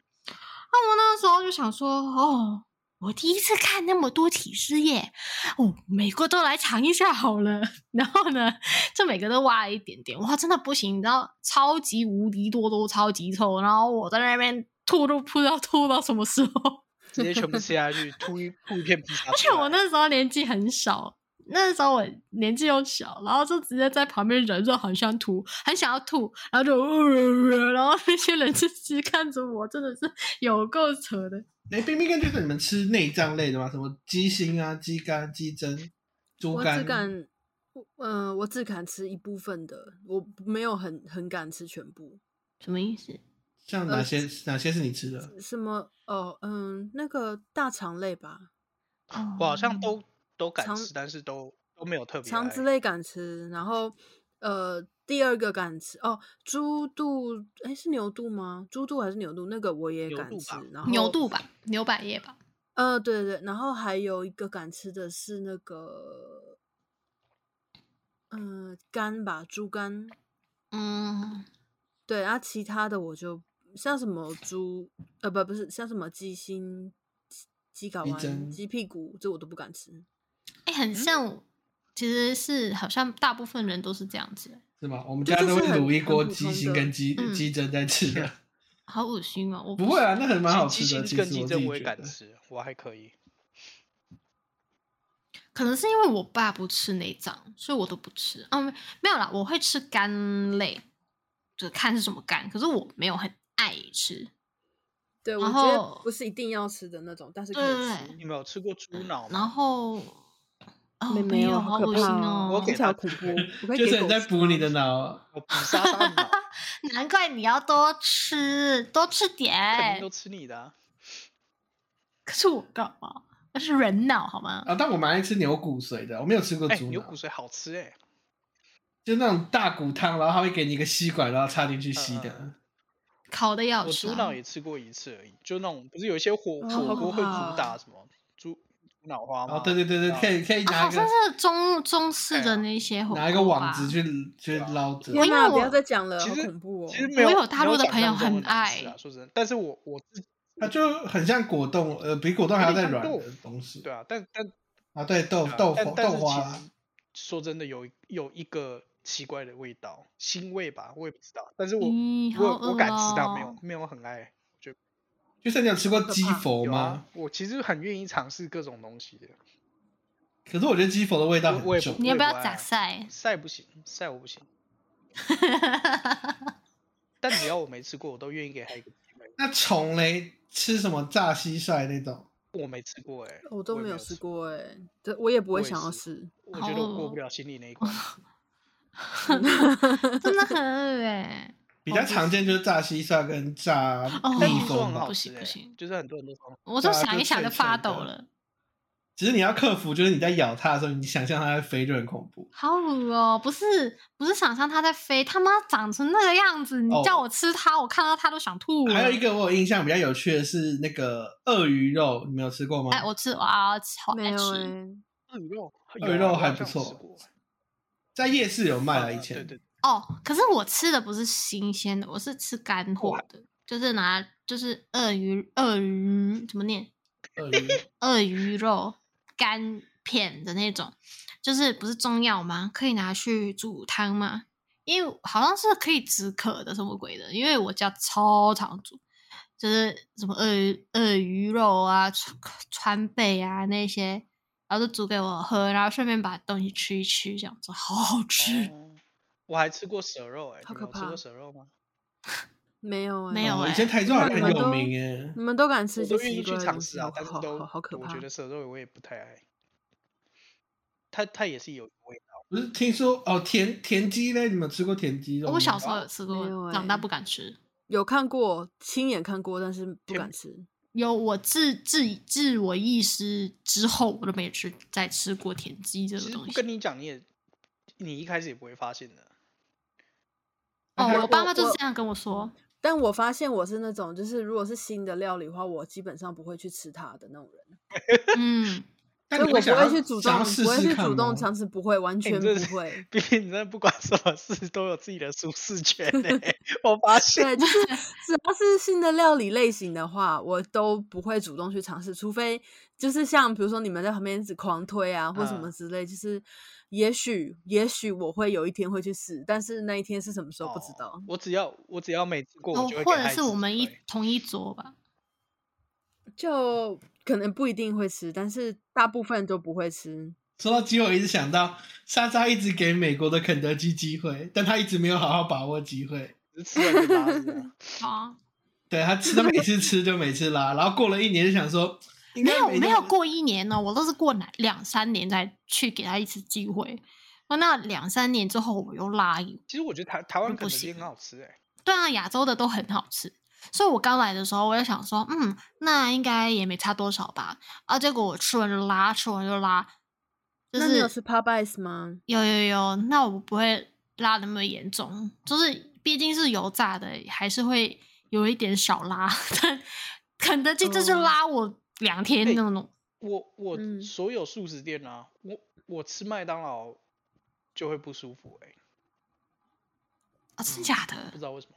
[SPEAKER 2] 那我那时候就想说，哦，我第一次看那么多起司耶，哦，每个都来尝一下好了。 然后呢，就每个都挖了一点点，哇，真的不行，你知道，超级无敌多都超级臭，然后我在那边吐都不知道吐到什么时候。
[SPEAKER 4] 直接全部吃下去，吐一吐一片 披萨出来。
[SPEAKER 2] 而且我那时候年纪很小，那时候我年纪又小，然后就直接在旁边忍着，很想吐，很想要吐，然后就、呃然后那些人就直看着我，真的是有够扯的。
[SPEAKER 1] 哎，冰冰跟就是你们吃内脏类的吗？什么鸡心啊、鸡肝、鸡胗、猪
[SPEAKER 3] 我只
[SPEAKER 1] 肝？
[SPEAKER 3] 敢，嗯、我只敢吃一部分的，我没有很很敢吃全部。
[SPEAKER 2] 什么意思？
[SPEAKER 1] 像哪些、哪些是你吃的？
[SPEAKER 3] 什么哦，嗯，那个大肠类吧，
[SPEAKER 1] 哦
[SPEAKER 4] 我好
[SPEAKER 2] 嗯
[SPEAKER 4] 像都都敢
[SPEAKER 3] 肠
[SPEAKER 4] 吃，但是都都没有特别
[SPEAKER 3] 肠
[SPEAKER 4] 爱
[SPEAKER 3] 子类敢吃，然后呃，第二个敢吃哦，猪肚，哎，是牛肚吗？猪肚还是牛肚？那个我也
[SPEAKER 4] 牛
[SPEAKER 3] 敢
[SPEAKER 4] 肚
[SPEAKER 3] 吃
[SPEAKER 4] 吧，
[SPEAKER 3] 然后
[SPEAKER 2] 牛肚吧，牛百叶吧。
[SPEAKER 3] 呃，对对对，然后还有一个敢吃的是那个，嗯、肝吧，猪肝。
[SPEAKER 2] 嗯，
[SPEAKER 3] 对啊，其他的我就像什么猪，呃，不不是像什么鸡心、鸡睾
[SPEAKER 1] 逼
[SPEAKER 3] 丸、
[SPEAKER 1] 真
[SPEAKER 3] 鸡屁股，这我都不敢吃。
[SPEAKER 2] 哎、很像我，其实是好像大部分人都是这样子，
[SPEAKER 1] 是吗？我们
[SPEAKER 3] 这
[SPEAKER 1] 家
[SPEAKER 3] 就
[SPEAKER 1] 都
[SPEAKER 3] 是
[SPEAKER 1] 会
[SPEAKER 3] 很
[SPEAKER 1] 卤一
[SPEAKER 3] 很
[SPEAKER 1] 锅
[SPEAKER 3] 普
[SPEAKER 1] 鸡
[SPEAKER 3] 通
[SPEAKER 1] 心
[SPEAKER 3] 的
[SPEAKER 1] 跟鸡
[SPEAKER 2] 嗯
[SPEAKER 1] 鸡胗在吃 的，
[SPEAKER 2] 好恶心哦！我
[SPEAKER 1] 不会啊，那很蛮好
[SPEAKER 4] 鸡
[SPEAKER 1] 吃的。
[SPEAKER 4] 心
[SPEAKER 1] 其
[SPEAKER 4] 跟
[SPEAKER 1] 实
[SPEAKER 4] 鸡
[SPEAKER 1] 我自
[SPEAKER 4] 胗
[SPEAKER 1] 己觉
[SPEAKER 4] 我也
[SPEAKER 1] 得
[SPEAKER 4] 敢，吃，我还可以。
[SPEAKER 2] 可能是因为我爸不吃内脏，所以我都不吃。嗯、没没有啦，我会吃肝类，就看是什么肝。可是我没有很爱吃。
[SPEAKER 3] 对，我
[SPEAKER 2] 然
[SPEAKER 3] 觉得
[SPEAKER 2] 后
[SPEAKER 3] 不是一定要吃的那种，但是可
[SPEAKER 2] 对对
[SPEAKER 3] 以
[SPEAKER 2] 对
[SPEAKER 3] 吃。
[SPEAKER 4] 你们有吃过猪脑
[SPEAKER 2] 然
[SPEAKER 4] 吗？
[SPEAKER 2] 后哦，
[SPEAKER 3] 没
[SPEAKER 2] 没有，
[SPEAKER 3] 好
[SPEAKER 2] 好
[SPEAKER 3] 可
[SPEAKER 2] 恶心
[SPEAKER 3] 怕哦！
[SPEAKER 4] 我
[SPEAKER 2] 哦！
[SPEAKER 4] 给
[SPEAKER 3] 起来
[SPEAKER 4] 他
[SPEAKER 3] 好恐怖哦，我 可以
[SPEAKER 1] 就
[SPEAKER 3] 给
[SPEAKER 1] 是
[SPEAKER 3] 狗
[SPEAKER 1] 你在
[SPEAKER 3] 吃
[SPEAKER 1] 补
[SPEAKER 3] 吗
[SPEAKER 1] 你的脑啊，
[SPEAKER 4] 我呃比沙 沙脑，
[SPEAKER 2] 难怪你要多吃，多吃
[SPEAKER 4] 肯定
[SPEAKER 2] 点
[SPEAKER 4] 都。吃你的、啊。
[SPEAKER 2] 可是我干嘛？那是人脑好吗？
[SPEAKER 1] 啊但我蛮爱吃牛骨髓的，我没有吃过
[SPEAKER 4] 哎、
[SPEAKER 1] 猪
[SPEAKER 4] 牛
[SPEAKER 1] 脑，
[SPEAKER 4] 骨髓好吃哎、
[SPEAKER 1] 就那种大骨汤，然后他会给你一个吸管，然后插进去吸
[SPEAKER 4] 嗯
[SPEAKER 1] 的
[SPEAKER 4] 嗯。
[SPEAKER 2] 烤的要
[SPEAKER 4] 我
[SPEAKER 2] 吃、
[SPEAKER 4] 猪
[SPEAKER 2] 啊
[SPEAKER 4] 脑。也吃过一次而已，就那种不是有一些火、
[SPEAKER 3] 哦
[SPEAKER 4] 火
[SPEAKER 3] 好
[SPEAKER 4] 锅
[SPEAKER 3] 可
[SPEAKER 4] 会
[SPEAKER 3] 怕
[SPEAKER 4] 主打什么猪猪脑花吗？
[SPEAKER 1] 哦，对对对对，
[SPEAKER 4] 啊
[SPEAKER 1] 可以可以
[SPEAKER 2] 啊，
[SPEAKER 1] 拿
[SPEAKER 2] 好
[SPEAKER 1] 一个啊
[SPEAKER 2] 像是中中式
[SPEAKER 4] 哎呀
[SPEAKER 2] 的那些火锅吧。
[SPEAKER 1] 拿一个网子去去
[SPEAKER 4] 对啊
[SPEAKER 1] 捞着。
[SPEAKER 3] 天
[SPEAKER 2] 因为
[SPEAKER 3] 哪，不
[SPEAKER 2] 我
[SPEAKER 3] 要再讲了，
[SPEAKER 4] 其
[SPEAKER 3] 好
[SPEAKER 4] 实
[SPEAKER 3] 恐怖哦
[SPEAKER 4] 其！实没有，
[SPEAKER 2] 我有大
[SPEAKER 4] 没
[SPEAKER 2] 陆的
[SPEAKER 4] 想
[SPEAKER 2] 朋
[SPEAKER 4] 象
[SPEAKER 2] 友
[SPEAKER 4] 中
[SPEAKER 2] 很
[SPEAKER 4] 的难吃
[SPEAKER 2] 爱
[SPEAKER 4] 啊，说真的，但是我我自己
[SPEAKER 1] 它就很像果冻，呃，比果冻还要再软的东西。
[SPEAKER 4] 对啊，但但
[SPEAKER 1] 啊，对，豆
[SPEAKER 4] 对啊
[SPEAKER 1] 豆
[SPEAKER 4] 但
[SPEAKER 1] 花
[SPEAKER 4] 但
[SPEAKER 1] 豆
[SPEAKER 4] 是
[SPEAKER 1] 花
[SPEAKER 4] 其
[SPEAKER 1] 啦
[SPEAKER 4] 实，说真的有一有一个奇怪的味道，腥味吧，我也不知道，但是我
[SPEAKER 2] 咦，嗯好
[SPEAKER 4] 我
[SPEAKER 2] 饿
[SPEAKER 4] 我敢吃，但没
[SPEAKER 2] 哦
[SPEAKER 4] 有没有很爱。
[SPEAKER 1] 就是你有吃过
[SPEAKER 3] 可
[SPEAKER 1] 鸡
[SPEAKER 3] 怕
[SPEAKER 1] 佛
[SPEAKER 4] 有
[SPEAKER 1] 吗
[SPEAKER 4] 啊？，我其实很愿意尝试各种东西的，
[SPEAKER 1] 可是我觉得鸡佛的味道
[SPEAKER 4] 我我
[SPEAKER 1] 很
[SPEAKER 4] 也
[SPEAKER 1] 重
[SPEAKER 4] 不。
[SPEAKER 2] 你要不
[SPEAKER 4] 我
[SPEAKER 2] 要
[SPEAKER 4] 也不爱
[SPEAKER 2] 假赛？
[SPEAKER 4] 晒不行，晒我不 行，但只要我没吃过，我都愿意给他一个机会。
[SPEAKER 1] 那虫嘞，吃什么炸蟋蟀那种？
[SPEAKER 4] 我没吃过哎、
[SPEAKER 3] 我都
[SPEAKER 4] 也
[SPEAKER 3] 没
[SPEAKER 4] 没
[SPEAKER 3] 有吃
[SPEAKER 4] 吃，
[SPEAKER 3] 过哎，这我也不
[SPEAKER 4] 我
[SPEAKER 3] 会
[SPEAKER 4] 也
[SPEAKER 3] 想要
[SPEAKER 4] 是
[SPEAKER 3] 吃。嗯
[SPEAKER 4] 我觉得我
[SPEAKER 2] 好
[SPEAKER 4] 过不了心里那一关。
[SPEAKER 2] 哦真的很 饿哎！
[SPEAKER 1] 比较常见哦就是炸蟋蟀跟炸
[SPEAKER 2] 哦
[SPEAKER 4] 但
[SPEAKER 1] 蜜
[SPEAKER 4] 听说
[SPEAKER 1] 蜂
[SPEAKER 4] 很
[SPEAKER 1] 吧
[SPEAKER 4] 好
[SPEAKER 2] 不
[SPEAKER 4] 吃
[SPEAKER 2] 行
[SPEAKER 4] 哎、
[SPEAKER 2] 不行
[SPEAKER 4] 就是很多人都说
[SPEAKER 2] 我
[SPEAKER 1] 对
[SPEAKER 2] 都
[SPEAKER 1] 啊
[SPEAKER 2] 想
[SPEAKER 1] 就
[SPEAKER 2] 一想
[SPEAKER 1] 脆
[SPEAKER 2] 就
[SPEAKER 1] 脆
[SPEAKER 2] 发
[SPEAKER 1] 的
[SPEAKER 2] 抖了，
[SPEAKER 1] 只是你要克服，就是你在咬它的时候，你想象它在飞就很恐怖。
[SPEAKER 2] 好恶哦！不是不是，想象它在飞，它妈长成那个样子，
[SPEAKER 1] 哦
[SPEAKER 2] 你叫我吃它，我看到它都想吐了。
[SPEAKER 1] 还有一个我有印象比较有趣的是那个鳄鱼肉，你们有吃过吗？
[SPEAKER 2] 哎，我吃，哇，好
[SPEAKER 3] 没
[SPEAKER 2] 爱
[SPEAKER 3] 有
[SPEAKER 2] 吃！
[SPEAKER 3] 哎，
[SPEAKER 4] 鳄鱼肉，
[SPEAKER 1] 鳄鱼
[SPEAKER 4] 有啊
[SPEAKER 1] 肉
[SPEAKER 4] 我
[SPEAKER 1] 还
[SPEAKER 4] 好
[SPEAKER 1] 不
[SPEAKER 4] 像有
[SPEAKER 1] 错
[SPEAKER 4] 吃过
[SPEAKER 1] 在夜市有卖
[SPEAKER 4] 啊
[SPEAKER 1] 了以
[SPEAKER 4] 啊
[SPEAKER 1] 前。
[SPEAKER 4] 对对
[SPEAKER 2] 哦，可是我吃的不是新鲜的，我是吃干货的，就是拿就是鳄鱼鳄鱼怎么念？
[SPEAKER 1] 鳄鱼
[SPEAKER 2] 鳄鱼肉干片的那种，就是不是中药吗？可以拿去煮汤吗？因为好像是可以止渴的，什么鬼的？因为我家超常煮，就是什么鳄鱼鳄鱼肉啊、川川贝啊那些，然后就煮给我喝，然后顺便把东西吃一吃，这样子好好吃。
[SPEAKER 4] 哦我还吃过蛇肉哎、
[SPEAKER 3] 好
[SPEAKER 4] 你
[SPEAKER 3] 可
[SPEAKER 4] 们有吃
[SPEAKER 3] 怕
[SPEAKER 4] 过蛇肉吗？
[SPEAKER 3] 没有哎，
[SPEAKER 2] 没有
[SPEAKER 1] 哦
[SPEAKER 2] 欸
[SPEAKER 1] 以前台中好像
[SPEAKER 3] 那你
[SPEAKER 1] 很
[SPEAKER 3] 们
[SPEAKER 1] 有
[SPEAKER 3] 都
[SPEAKER 1] 名诶。
[SPEAKER 3] 你们都敢吃
[SPEAKER 4] 我
[SPEAKER 3] 就
[SPEAKER 4] 都
[SPEAKER 3] 是
[SPEAKER 4] 愿
[SPEAKER 3] 一个
[SPEAKER 4] 意去
[SPEAKER 3] 东
[SPEAKER 4] 尝
[SPEAKER 3] 西，
[SPEAKER 4] 试
[SPEAKER 3] 好
[SPEAKER 4] 啊，但是
[SPEAKER 3] 好
[SPEAKER 4] 都
[SPEAKER 3] 好好可
[SPEAKER 4] 我
[SPEAKER 3] 怕
[SPEAKER 4] 觉。得蛇肉我也不太爱。它它也是有味道，
[SPEAKER 1] 不是听说哦田田鸡嘞？你们有吃过田鸡肉吗？
[SPEAKER 2] 我小时候有吃过，
[SPEAKER 3] 哦没有
[SPEAKER 2] 长大
[SPEAKER 3] 欸
[SPEAKER 2] 不敢吃。
[SPEAKER 3] 有看过，亲眼看过，但是不
[SPEAKER 4] 天
[SPEAKER 3] 敢吃。
[SPEAKER 2] 有我自自自我意识之后，我都没吃再吃过田鸡这
[SPEAKER 4] 其
[SPEAKER 2] 个
[SPEAKER 4] 实
[SPEAKER 2] 东
[SPEAKER 4] 不
[SPEAKER 2] 西。
[SPEAKER 4] 跟你讲你也你一开始也不会发现的。
[SPEAKER 2] 哦，
[SPEAKER 1] 我
[SPEAKER 2] 我爸妈就
[SPEAKER 3] 我
[SPEAKER 2] 是这样跟我说。
[SPEAKER 3] 但我发现我是那种，就是如果是新的料理的话，我基本上不会去吃它的那种人，
[SPEAKER 2] 嗯，
[SPEAKER 1] 但
[SPEAKER 3] 所
[SPEAKER 1] 你
[SPEAKER 3] 以我不
[SPEAKER 1] 想
[SPEAKER 3] 会
[SPEAKER 1] 要
[SPEAKER 3] 去主
[SPEAKER 1] 想
[SPEAKER 3] 动，
[SPEAKER 1] 要试
[SPEAKER 3] 不会
[SPEAKER 1] 试
[SPEAKER 3] 去
[SPEAKER 1] 看
[SPEAKER 3] 主动
[SPEAKER 1] 吗
[SPEAKER 3] 尝试，不会，完
[SPEAKER 4] 哎
[SPEAKER 3] 全
[SPEAKER 4] 你这
[SPEAKER 3] 不
[SPEAKER 4] 是。
[SPEAKER 3] 会
[SPEAKER 4] 毕竟你真的不管什么事都有自己的舒适圈 呢、我发现
[SPEAKER 3] 对，就是只要是新的料理类型的话，我都不会主动去尝试，除非就是像比如说你们在旁边一直狂推啊，或什么
[SPEAKER 4] 嗯
[SPEAKER 3] 之类，就是也许也许我会有一天会去试，但是那一天是什么时候不知
[SPEAKER 4] 哦
[SPEAKER 3] 道。
[SPEAKER 4] 我只要我只要没吃过，
[SPEAKER 2] 哦
[SPEAKER 4] 我就会，给
[SPEAKER 2] 或
[SPEAKER 4] 他
[SPEAKER 2] 者
[SPEAKER 4] 一
[SPEAKER 2] 是
[SPEAKER 4] 次
[SPEAKER 2] 我
[SPEAKER 4] 机
[SPEAKER 2] 们一
[SPEAKER 4] 会
[SPEAKER 2] 同一桌吧。
[SPEAKER 3] 就可能不一定会吃，但是大部分都不会吃。
[SPEAKER 1] 说到机会，我一直想到莎莎一直给美国的肯德基机会，但她一直没有好好把握机会。
[SPEAKER 4] 只是吃完就拉屎啊
[SPEAKER 2] 好啊，
[SPEAKER 1] 对她吃，她每次吃就每次拉，然后过了一年就想说，应
[SPEAKER 2] 没
[SPEAKER 1] 该
[SPEAKER 2] 有
[SPEAKER 1] 没
[SPEAKER 2] 没有过一年呢，我都是过两两三年才去给他一次机会。哦那两三年之后，我又拉一
[SPEAKER 4] 其实我觉得台台湾
[SPEAKER 2] 嗯
[SPEAKER 4] 肯
[SPEAKER 2] 不
[SPEAKER 4] 德基
[SPEAKER 2] 行
[SPEAKER 4] 很好吃哎、
[SPEAKER 2] 对啊，亚洲的都很好吃。所以我刚来的时候，我就想说，嗯，那应该也没差多少吧。啊，结果我吃完就拉，吃完就拉，就
[SPEAKER 3] 那你有
[SPEAKER 2] 是
[SPEAKER 3] 吃 Popeyes 吗？
[SPEAKER 2] 有有有，那我不会拉那么严重，就是毕竟是油炸的，还是会有一点少拉。 但肯德基这就
[SPEAKER 3] 哦
[SPEAKER 2] 拉我两天
[SPEAKER 4] 哎
[SPEAKER 2] 那种，
[SPEAKER 4] 我我
[SPEAKER 3] 嗯
[SPEAKER 4] 所有素食店啊，我我吃麦当劳就会不舒服哎、
[SPEAKER 2] 啊，真假
[SPEAKER 4] 不
[SPEAKER 2] 的？
[SPEAKER 4] 知道为什么。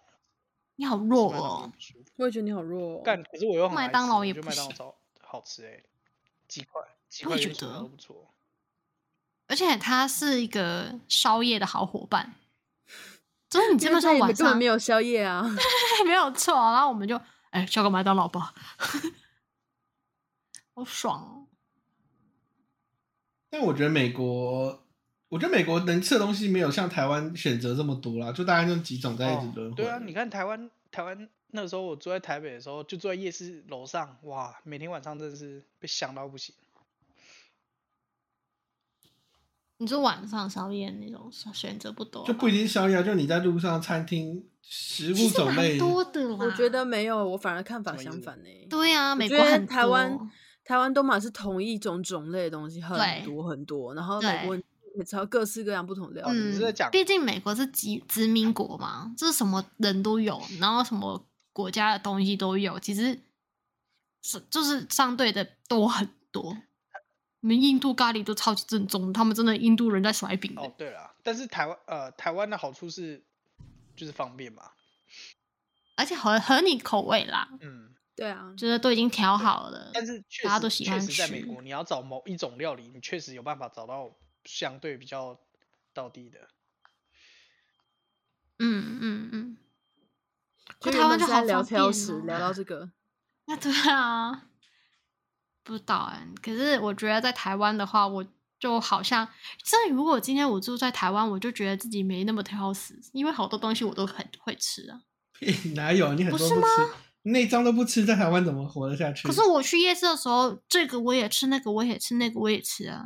[SPEAKER 2] 你好
[SPEAKER 4] 吃
[SPEAKER 2] 弱
[SPEAKER 4] 麦当劳
[SPEAKER 2] 哦
[SPEAKER 4] 不！舒服
[SPEAKER 3] 我也觉得你好弱、哦。
[SPEAKER 4] 干，可是我又很
[SPEAKER 2] 麦
[SPEAKER 4] 爱
[SPEAKER 2] 当
[SPEAKER 4] 吃
[SPEAKER 2] 劳
[SPEAKER 4] 我
[SPEAKER 2] 也
[SPEAKER 4] 觉得
[SPEAKER 2] 不
[SPEAKER 4] 麦当劳
[SPEAKER 2] 行
[SPEAKER 4] 超好吃哎、鸡块，鸡
[SPEAKER 2] 我
[SPEAKER 4] 块
[SPEAKER 2] 也
[SPEAKER 4] 跟
[SPEAKER 2] 觉
[SPEAKER 4] 薯条
[SPEAKER 2] 得
[SPEAKER 4] 都不错。
[SPEAKER 2] 而且他是一个宵夜的好伙伴，就是你基
[SPEAKER 3] 因为
[SPEAKER 2] 本
[SPEAKER 3] 家
[SPEAKER 2] 上
[SPEAKER 3] 里面
[SPEAKER 2] 晚
[SPEAKER 3] 根本
[SPEAKER 2] 上
[SPEAKER 3] 没有宵夜啊。
[SPEAKER 2] 没有错，然后我们就哎叫个麦当劳吧， 好爽哦！
[SPEAKER 1] 但我觉得美国，我觉得美国能吃的东西没有像台湾选择这么多啦，就大概就几种在一起
[SPEAKER 4] 哦
[SPEAKER 1] 轮回。
[SPEAKER 4] 对啊，你看台湾，台湾那个时候我住在台北的时候，就住在夜市楼上，哇，每天晚上真的是被香到不行。
[SPEAKER 2] 你说晚上宵夜那种选择不多吧，
[SPEAKER 1] 就不一定是宵夜啊，就你在路上餐厅食
[SPEAKER 2] 其
[SPEAKER 1] 物
[SPEAKER 2] 实
[SPEAKER 1] 种
[SPEAKER 2] 蛮
[SPEAKER 1] 类，
[SPEAKER 2] 多的啦。
[SPEAKER 3] 我觉得没有，我反而看法
[SPEAKER 4] 什么意
[SPEAKER 3] 相
[SPEAKER 4] 思
[SPEAKER 3] 反呢。
[SPEAKER 2] 对啊，美
[SPEAKER 3] 觉
[SPEAKER 2] 国
[SPEAKER 3] 得
[SPEAKER 2] 很
[SPEAKER 3] 台湾
[SPEAKER 2] 多
[SPEAKER 3] 台湾东马是同一种种类的东西很
[SPEAKER 2] 对
[SPEAKER 3] 多很多，然后美
[SPEAKER 2] 对
[SPEAKER 3] 国也超各式各样不同料理。
[SPEAKER 4] 哦你是在
[SPEAKER 2] 嗯
[SPEAKER 4] 讲，
[SPEAKER 2] 毕竟美国是殖殖民国嘛，就是什么人都有，然后什么国家的东西都有，其实是就是相对的多很多。你们印度咖喱都超级正宗，他们真的印度人在甩饼的。
[SPEAKER 4] 哦，对了，但是台湾呃台湾的好处是就是方便嘛，
[SPEAKER 2] 而且合合你口味啦，
[SPEAKER 4] 嗯，
[SPEAKER 3] 对啊，
[SPEAKER 2] 觉得都已经调好了。
[SPEAKER 4] 但是确
[SPEAKER 2] 嗯大家
[SPEAKER 4] 实
[SPEAKER 2] 都喜
[SPEAKER 4] 确
[SPEAKER 2] 欢
[SPEAKER 4] 实在美
[SPEAKER 2] 吃
[SPEAKER 4] 国，你要找某一种料理，你确实有办法找到相对比较到地的。
[SPEAKER 2] 嗯嗯嗯，可
[SPEAKER 3] 就原
[SPEAKER 2] 台湾
[SPEAKER 3] 本
[SPEAKER 2] 就是
[SPEAKER 3] 在
[SPEAKER 2] 好
[SPEAKER 3] 聊
[SPEAKER 2] 方
[SPEAKER 3] 挑
[SPEAKER 2] 便
[SPEAKER 3] 食，
[SPEAKER 2] 哦
[SPEAKER 3] 聊到这个，
[SPEAKER 2] 那 对啊，不知道哎、可是我觉得在台湾的话，我就好像，真的如果今天我住在台湾，我就觉得自己没那么挑食，因为好多东西我都很会吃啊。
[SPEAKER 1] 哪有你很多
[SPEAKER 2] 不是
[SPEAKER 1] 不吃，内脏都不吃，在台湾怎么活得下去？
[SPEAKER 3] 嗯
[SPEAKER 2] 可是我去夜市的时候，这个我也吃，那个我也吃，那个我也吃啊。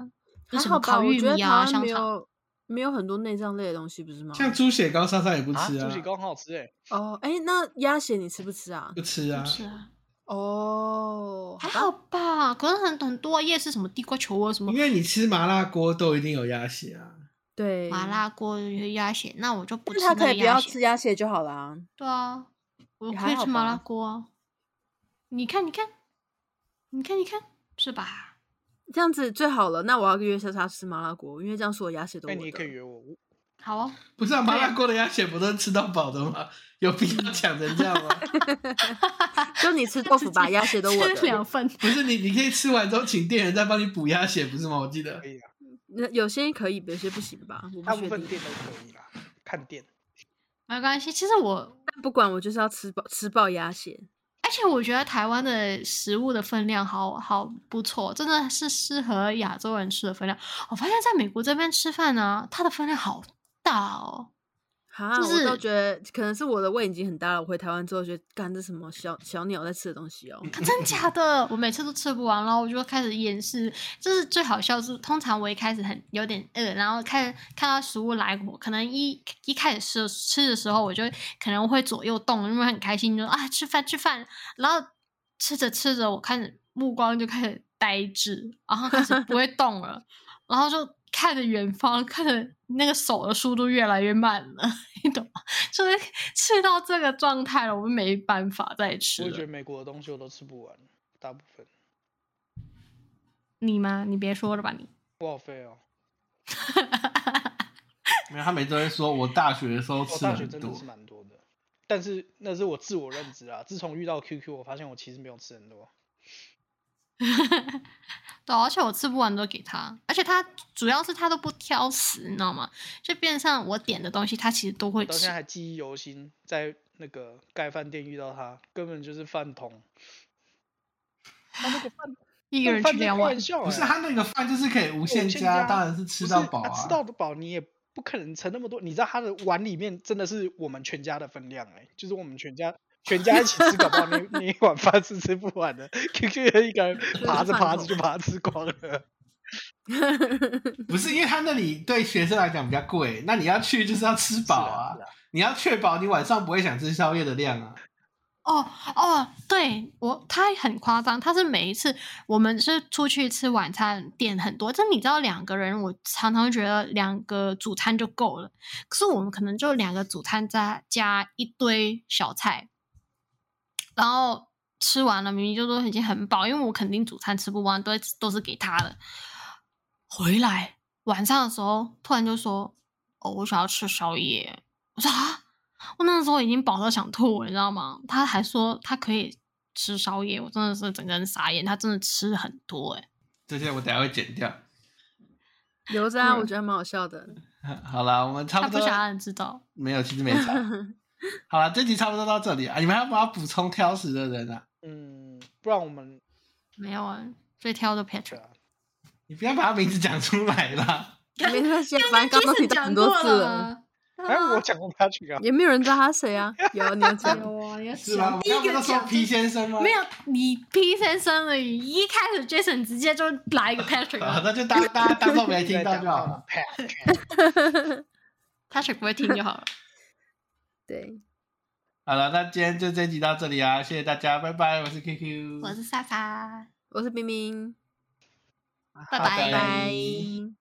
[SPEAKER 2] 就
[SPEAKER 3] 还
[SPEAKER 2] 什
[SPEAKER 3] 好
[SPEAKER 2] 么
[SPEAKER 3] 吧？
[SPEAKER 2] 烤
[SPEAKER 3] 我
[SPEAKER 2] 玉
[SPEAKER 3] 觉得
[SPEAKER 2] 米
[SPEAKER 3] 台
[SPEAKER 2] 啊、
[SPEAKER 3] 湾
[SPEAKER 2] 香
[SPEAKER 3] 没
[SPEAKER 2] 肠，
[SPEAKER 3] 有没有很多内脏类的东西，不是吗？
[SPEAKER 1] 像猪血糕，莎莎也不
[SPEAKER 4] 啊，
[SPEAKER 1] 吃
[SPEAKER 4] 猪血糕很好吃哎、
[SPEAKER 3] 哦，哎，那鸭血你吃不吃啊？
[SPEAKER 1] 不吃啊
[SPEAKER 2] 不，是啊，
[SPEAKER 3] 哦，
[SPEAKER 2] 还
[SPEAKER 3] 吧
[SPEAKER 2] 好吧。可是很很多啊夜市什么地瓜球啊，什么
[SPEAKER 1] 因为你吃麻辣锅都一定有鸭血啊。
[SPEAKER 3] 对
[SPEAKER 2] 麻，辣锅、鸭血，那我就不
[SPEAKER 3] 但
[SPEAKER 2] 吃
[SPEAKER 3] 是他
[SPEAKER 2] 那
[SPEAKER 3] 可
[SPEAKER 2] 个
[SPEAKER 3] 以不要
[SPEAKER 2] 鸭血。
[SPEAKER 3] 吃鸭血就好啦。
[SPEAKER 2] 对啊，我
[SPEAKER 3] 也
[SPEAKER 2] 可
[SPEAKER 3] 还
[SPEAKER 2] 以
[SPEAKER 3] 好
[SPEAKER 2] 吃麻
[SPEAKER 3] 吧
[SPEAKER 2] 辣锅啊。你看，你看，你看，你看，是吧？
[SPEAKER 3] 这样子最好了。那我要约莎莎吃麻辣锅，因为这样所有鸭血都
[SPEAKER 4] 那
[SPEAKER 3] 我
[SPEAKER 4] 你也可以
[SPEAKER 3] 的。
[SPEAKER 4] 约我，我
[SPEAKER 2] 好哦，
[SPEAKER 1] 不是啊，麻辣锅的鸭血不都是吃到饱的 吗？有必要讲成这样吗？
[SPEAKER 3] 就你吃豆腐吧，鸭血都我
[SPEAKER 2] 吃两
[SPEAKER 3] 的。
[SPEAKER 2] 份。
[SPEAKER 1] 不是你，你可以吃完之后请店员再帮你补鸭血，不是吗？我记得
[SPEAKER 4] 可以啊，
[SPEAKER 3] 那有些可以，有些不行吧？我
[SPEAKER 4] 大
[SPEAKER 3] 不确
[SPEAKER 4] 部啊分
[SPEAKER 3] 定。
[SPEAKER 4] 店都可以啦，看店。
[SPEAKER 2] 没关系，其实我，
[SPEAKER 3] 但不管，我就是要吃饱吃爆鸭血。
[SPEAKER 2] 而且我觉得台湾的食物的分量好好不错，真的是适合亚洲人吃的分量。我发现在美国这边吃饭呢、它的分量好大哦。
[SPEAKER 3] 哈，
[SPEAKER 2] 就
[SPEAKER 3] 我倒
[SPEAKER 2] 是
[SPEAKER 3] 觉得可能是我的胃已经很大了。我回台湾之后觉得，干这什么小小鸟在吃的东西哦。
[SPEAKER 2] 可啊真假的， 我每次都吃不完，然后我就开始掩饰。就是最好笑是，通常我一开始很有点饿，然后看看到食物来，我可能一一开始吃吃的时候，我就可能会左右动，因为很开心，就啊吃饭吃饭，然后吃着吃着，我开始目光就开始呆滞，然后开始不 会动了，然后就看着远方，看着那个手的速度越来越慢了，你懂吗？ 就是吃到这个状态了，我们没办法再吃
[SPEAKER 4] 我也
[SPEAKER 2] 了
[SPEAKER 4] 觉。得美国的东西我都吃不完，大部分。
[SPEAKER 2] 你吗？你别说了吧你。
[SPEAKER 4] 我好废哦，
[SPEAKER 1] 没有，他每次都会说我大学的时候
[SPEAKER 4] 我
[SPEAKER 1] 吃
[SPEAKER 4] 哦大学
[SPEAKER 1] 很
[SPEAKER 4] 真的
[SPEAKER 1] 哦多
[SPEAKER 4] 吃，蛮多的，但是那是我自我认知啊。自从遇到 QQ，我发现我其实没有吃很多。
[SPEAKER 2] 对啊，而且我吃不完都给他，而且他主要是他都不挑食，你知道吗？就变相我点的东西，他其实都会
[SPEAKER 4] 到现
[SPEAKER 2] 吃。
[SPEAKER 4] 在还记忆犹新，在那个盖饭店遇到他，根本就是饭桶。他那个饭
[SPEAKER 2] 一个
[SPEAKER 4] 那个
[SPEAKER 2] 人
[SPEAKER 4] 饭
[SPEAKER 2] 吃
[SPEAKER 4] 店
[SPEAKER 2] 两
[SPEAKER 4] 开
[SPEAKER 2] 碗
[SPEAKER 4] 玩，笑、欸，
[SPEAKER 1] 不是他那个饭就是可以无限
[SPEAKER 4] 限加
[SPEAKER 1] 加，当然是吃到饱
[SPEAKER 4] 不是他
[SPEAKER 1] 啊。
[SPEAKER 4] 吃到的饱你也不可能盛那么多。你知道他的碗里面真的是我们全家的分量哎、就是我们全家全家一起吃，搞不好你你一碗饭是吃不完的。QQ 一个人爬着爬着就把它吃光了。
[SPEAKER 1] 不是因为他那里对学生来讲比较贵，那你要去就是要吃饱啊，
[SPEAKER 4] 是啊是啊
[SPEAKER 1] 你要确保你晚上不会想吃宵夜的量啊。
[SPEAKER 2] 哦哦，对我他很夸张，他是每一次我们是出去吃晚餐点很多，但你知道两个人，我常常觉得两个主餐就够了，可是我们可能就两个主餐再加一堆小菜，然后吃完了明明就都已经很饱，因为我肯定主餐吃不完，都都是给他的。回来晚上的时候，突然就说：“哦，我想要吃宵夜。”我说啊。我那时候已经饱到想吐了，你知道吗？他还说他可以吃宵夜，我真的是整个人傻眼。他真的吃很多哎、
[SPEAKER 1] 这些我等下会剪掉。
[SPEAKER 3] 留着啊，我觉得蛮好笑的。
[SPEAKER 2] 嗯
[SPEAKER 1] 好啦，我们差
[SPEAKER 2] 他
[SPEAKER 1] 啊不
[SPEAKER 2] 不
[SPEAKER 1] 多
[SPEAKER 2] 想让人知道。
[SPEAKER 1] 没有，其实没 差。好啦，这集差不多到这里啊，你们还要把它补充挑食的人啊，
[SPEAKER 4] 嗯，不然我们
[SPEAKER 2] 没有啊，最挑的
[SPEAKER 4] 对
[SPEAKER 2] Patrick。
[SPEAKER 4] 啊，
[SPEAKER 1] 你不要把他名字讲出来啦。
[SPEAKER 3] 没关系啊，反正刚刚提到很多次了，
[SPEAKER 2] 了。
[SPEAKER 4] 哎，我讲过 Patrick 啊，
[SPEAKER 3] 也没有人知道他谁啊。有你有讲，
[SPEAKER 2] 啊， 有
[SPEAKER 1] 是吗？我刚不是说 P 先生吗？
[SPEAKER 2] 没有你 P 先生而已，一开始 Jason 直接就来一个 Patrick，
[SPEAKER 1] 好，
[SPEAKER 2] 了
[SPEAKER 1] 那就当大家当做没听
[SPEAKER 4] 在
[SPEAKER 1] 到
[SPEAKER 4] 讲
[SPEAKER 1] 就 好了。
[SPEAKER 4] Patrick，
[SPEAKER 2] Patrick 不会听就好了。
[SPEAKER 3] 对，
[SPEAKER 1] 好了，那今天就这集到这里啊，谢谢大家，拜拜，我是 QQ，
[SPEAKER 2] 我是莎莎，
[SPEAKER 3] 我是冰冰，
[SPEAKER 1] 拜
[SPEAKER 2] 拜拜。
[SPEAKER 3] 拜拜。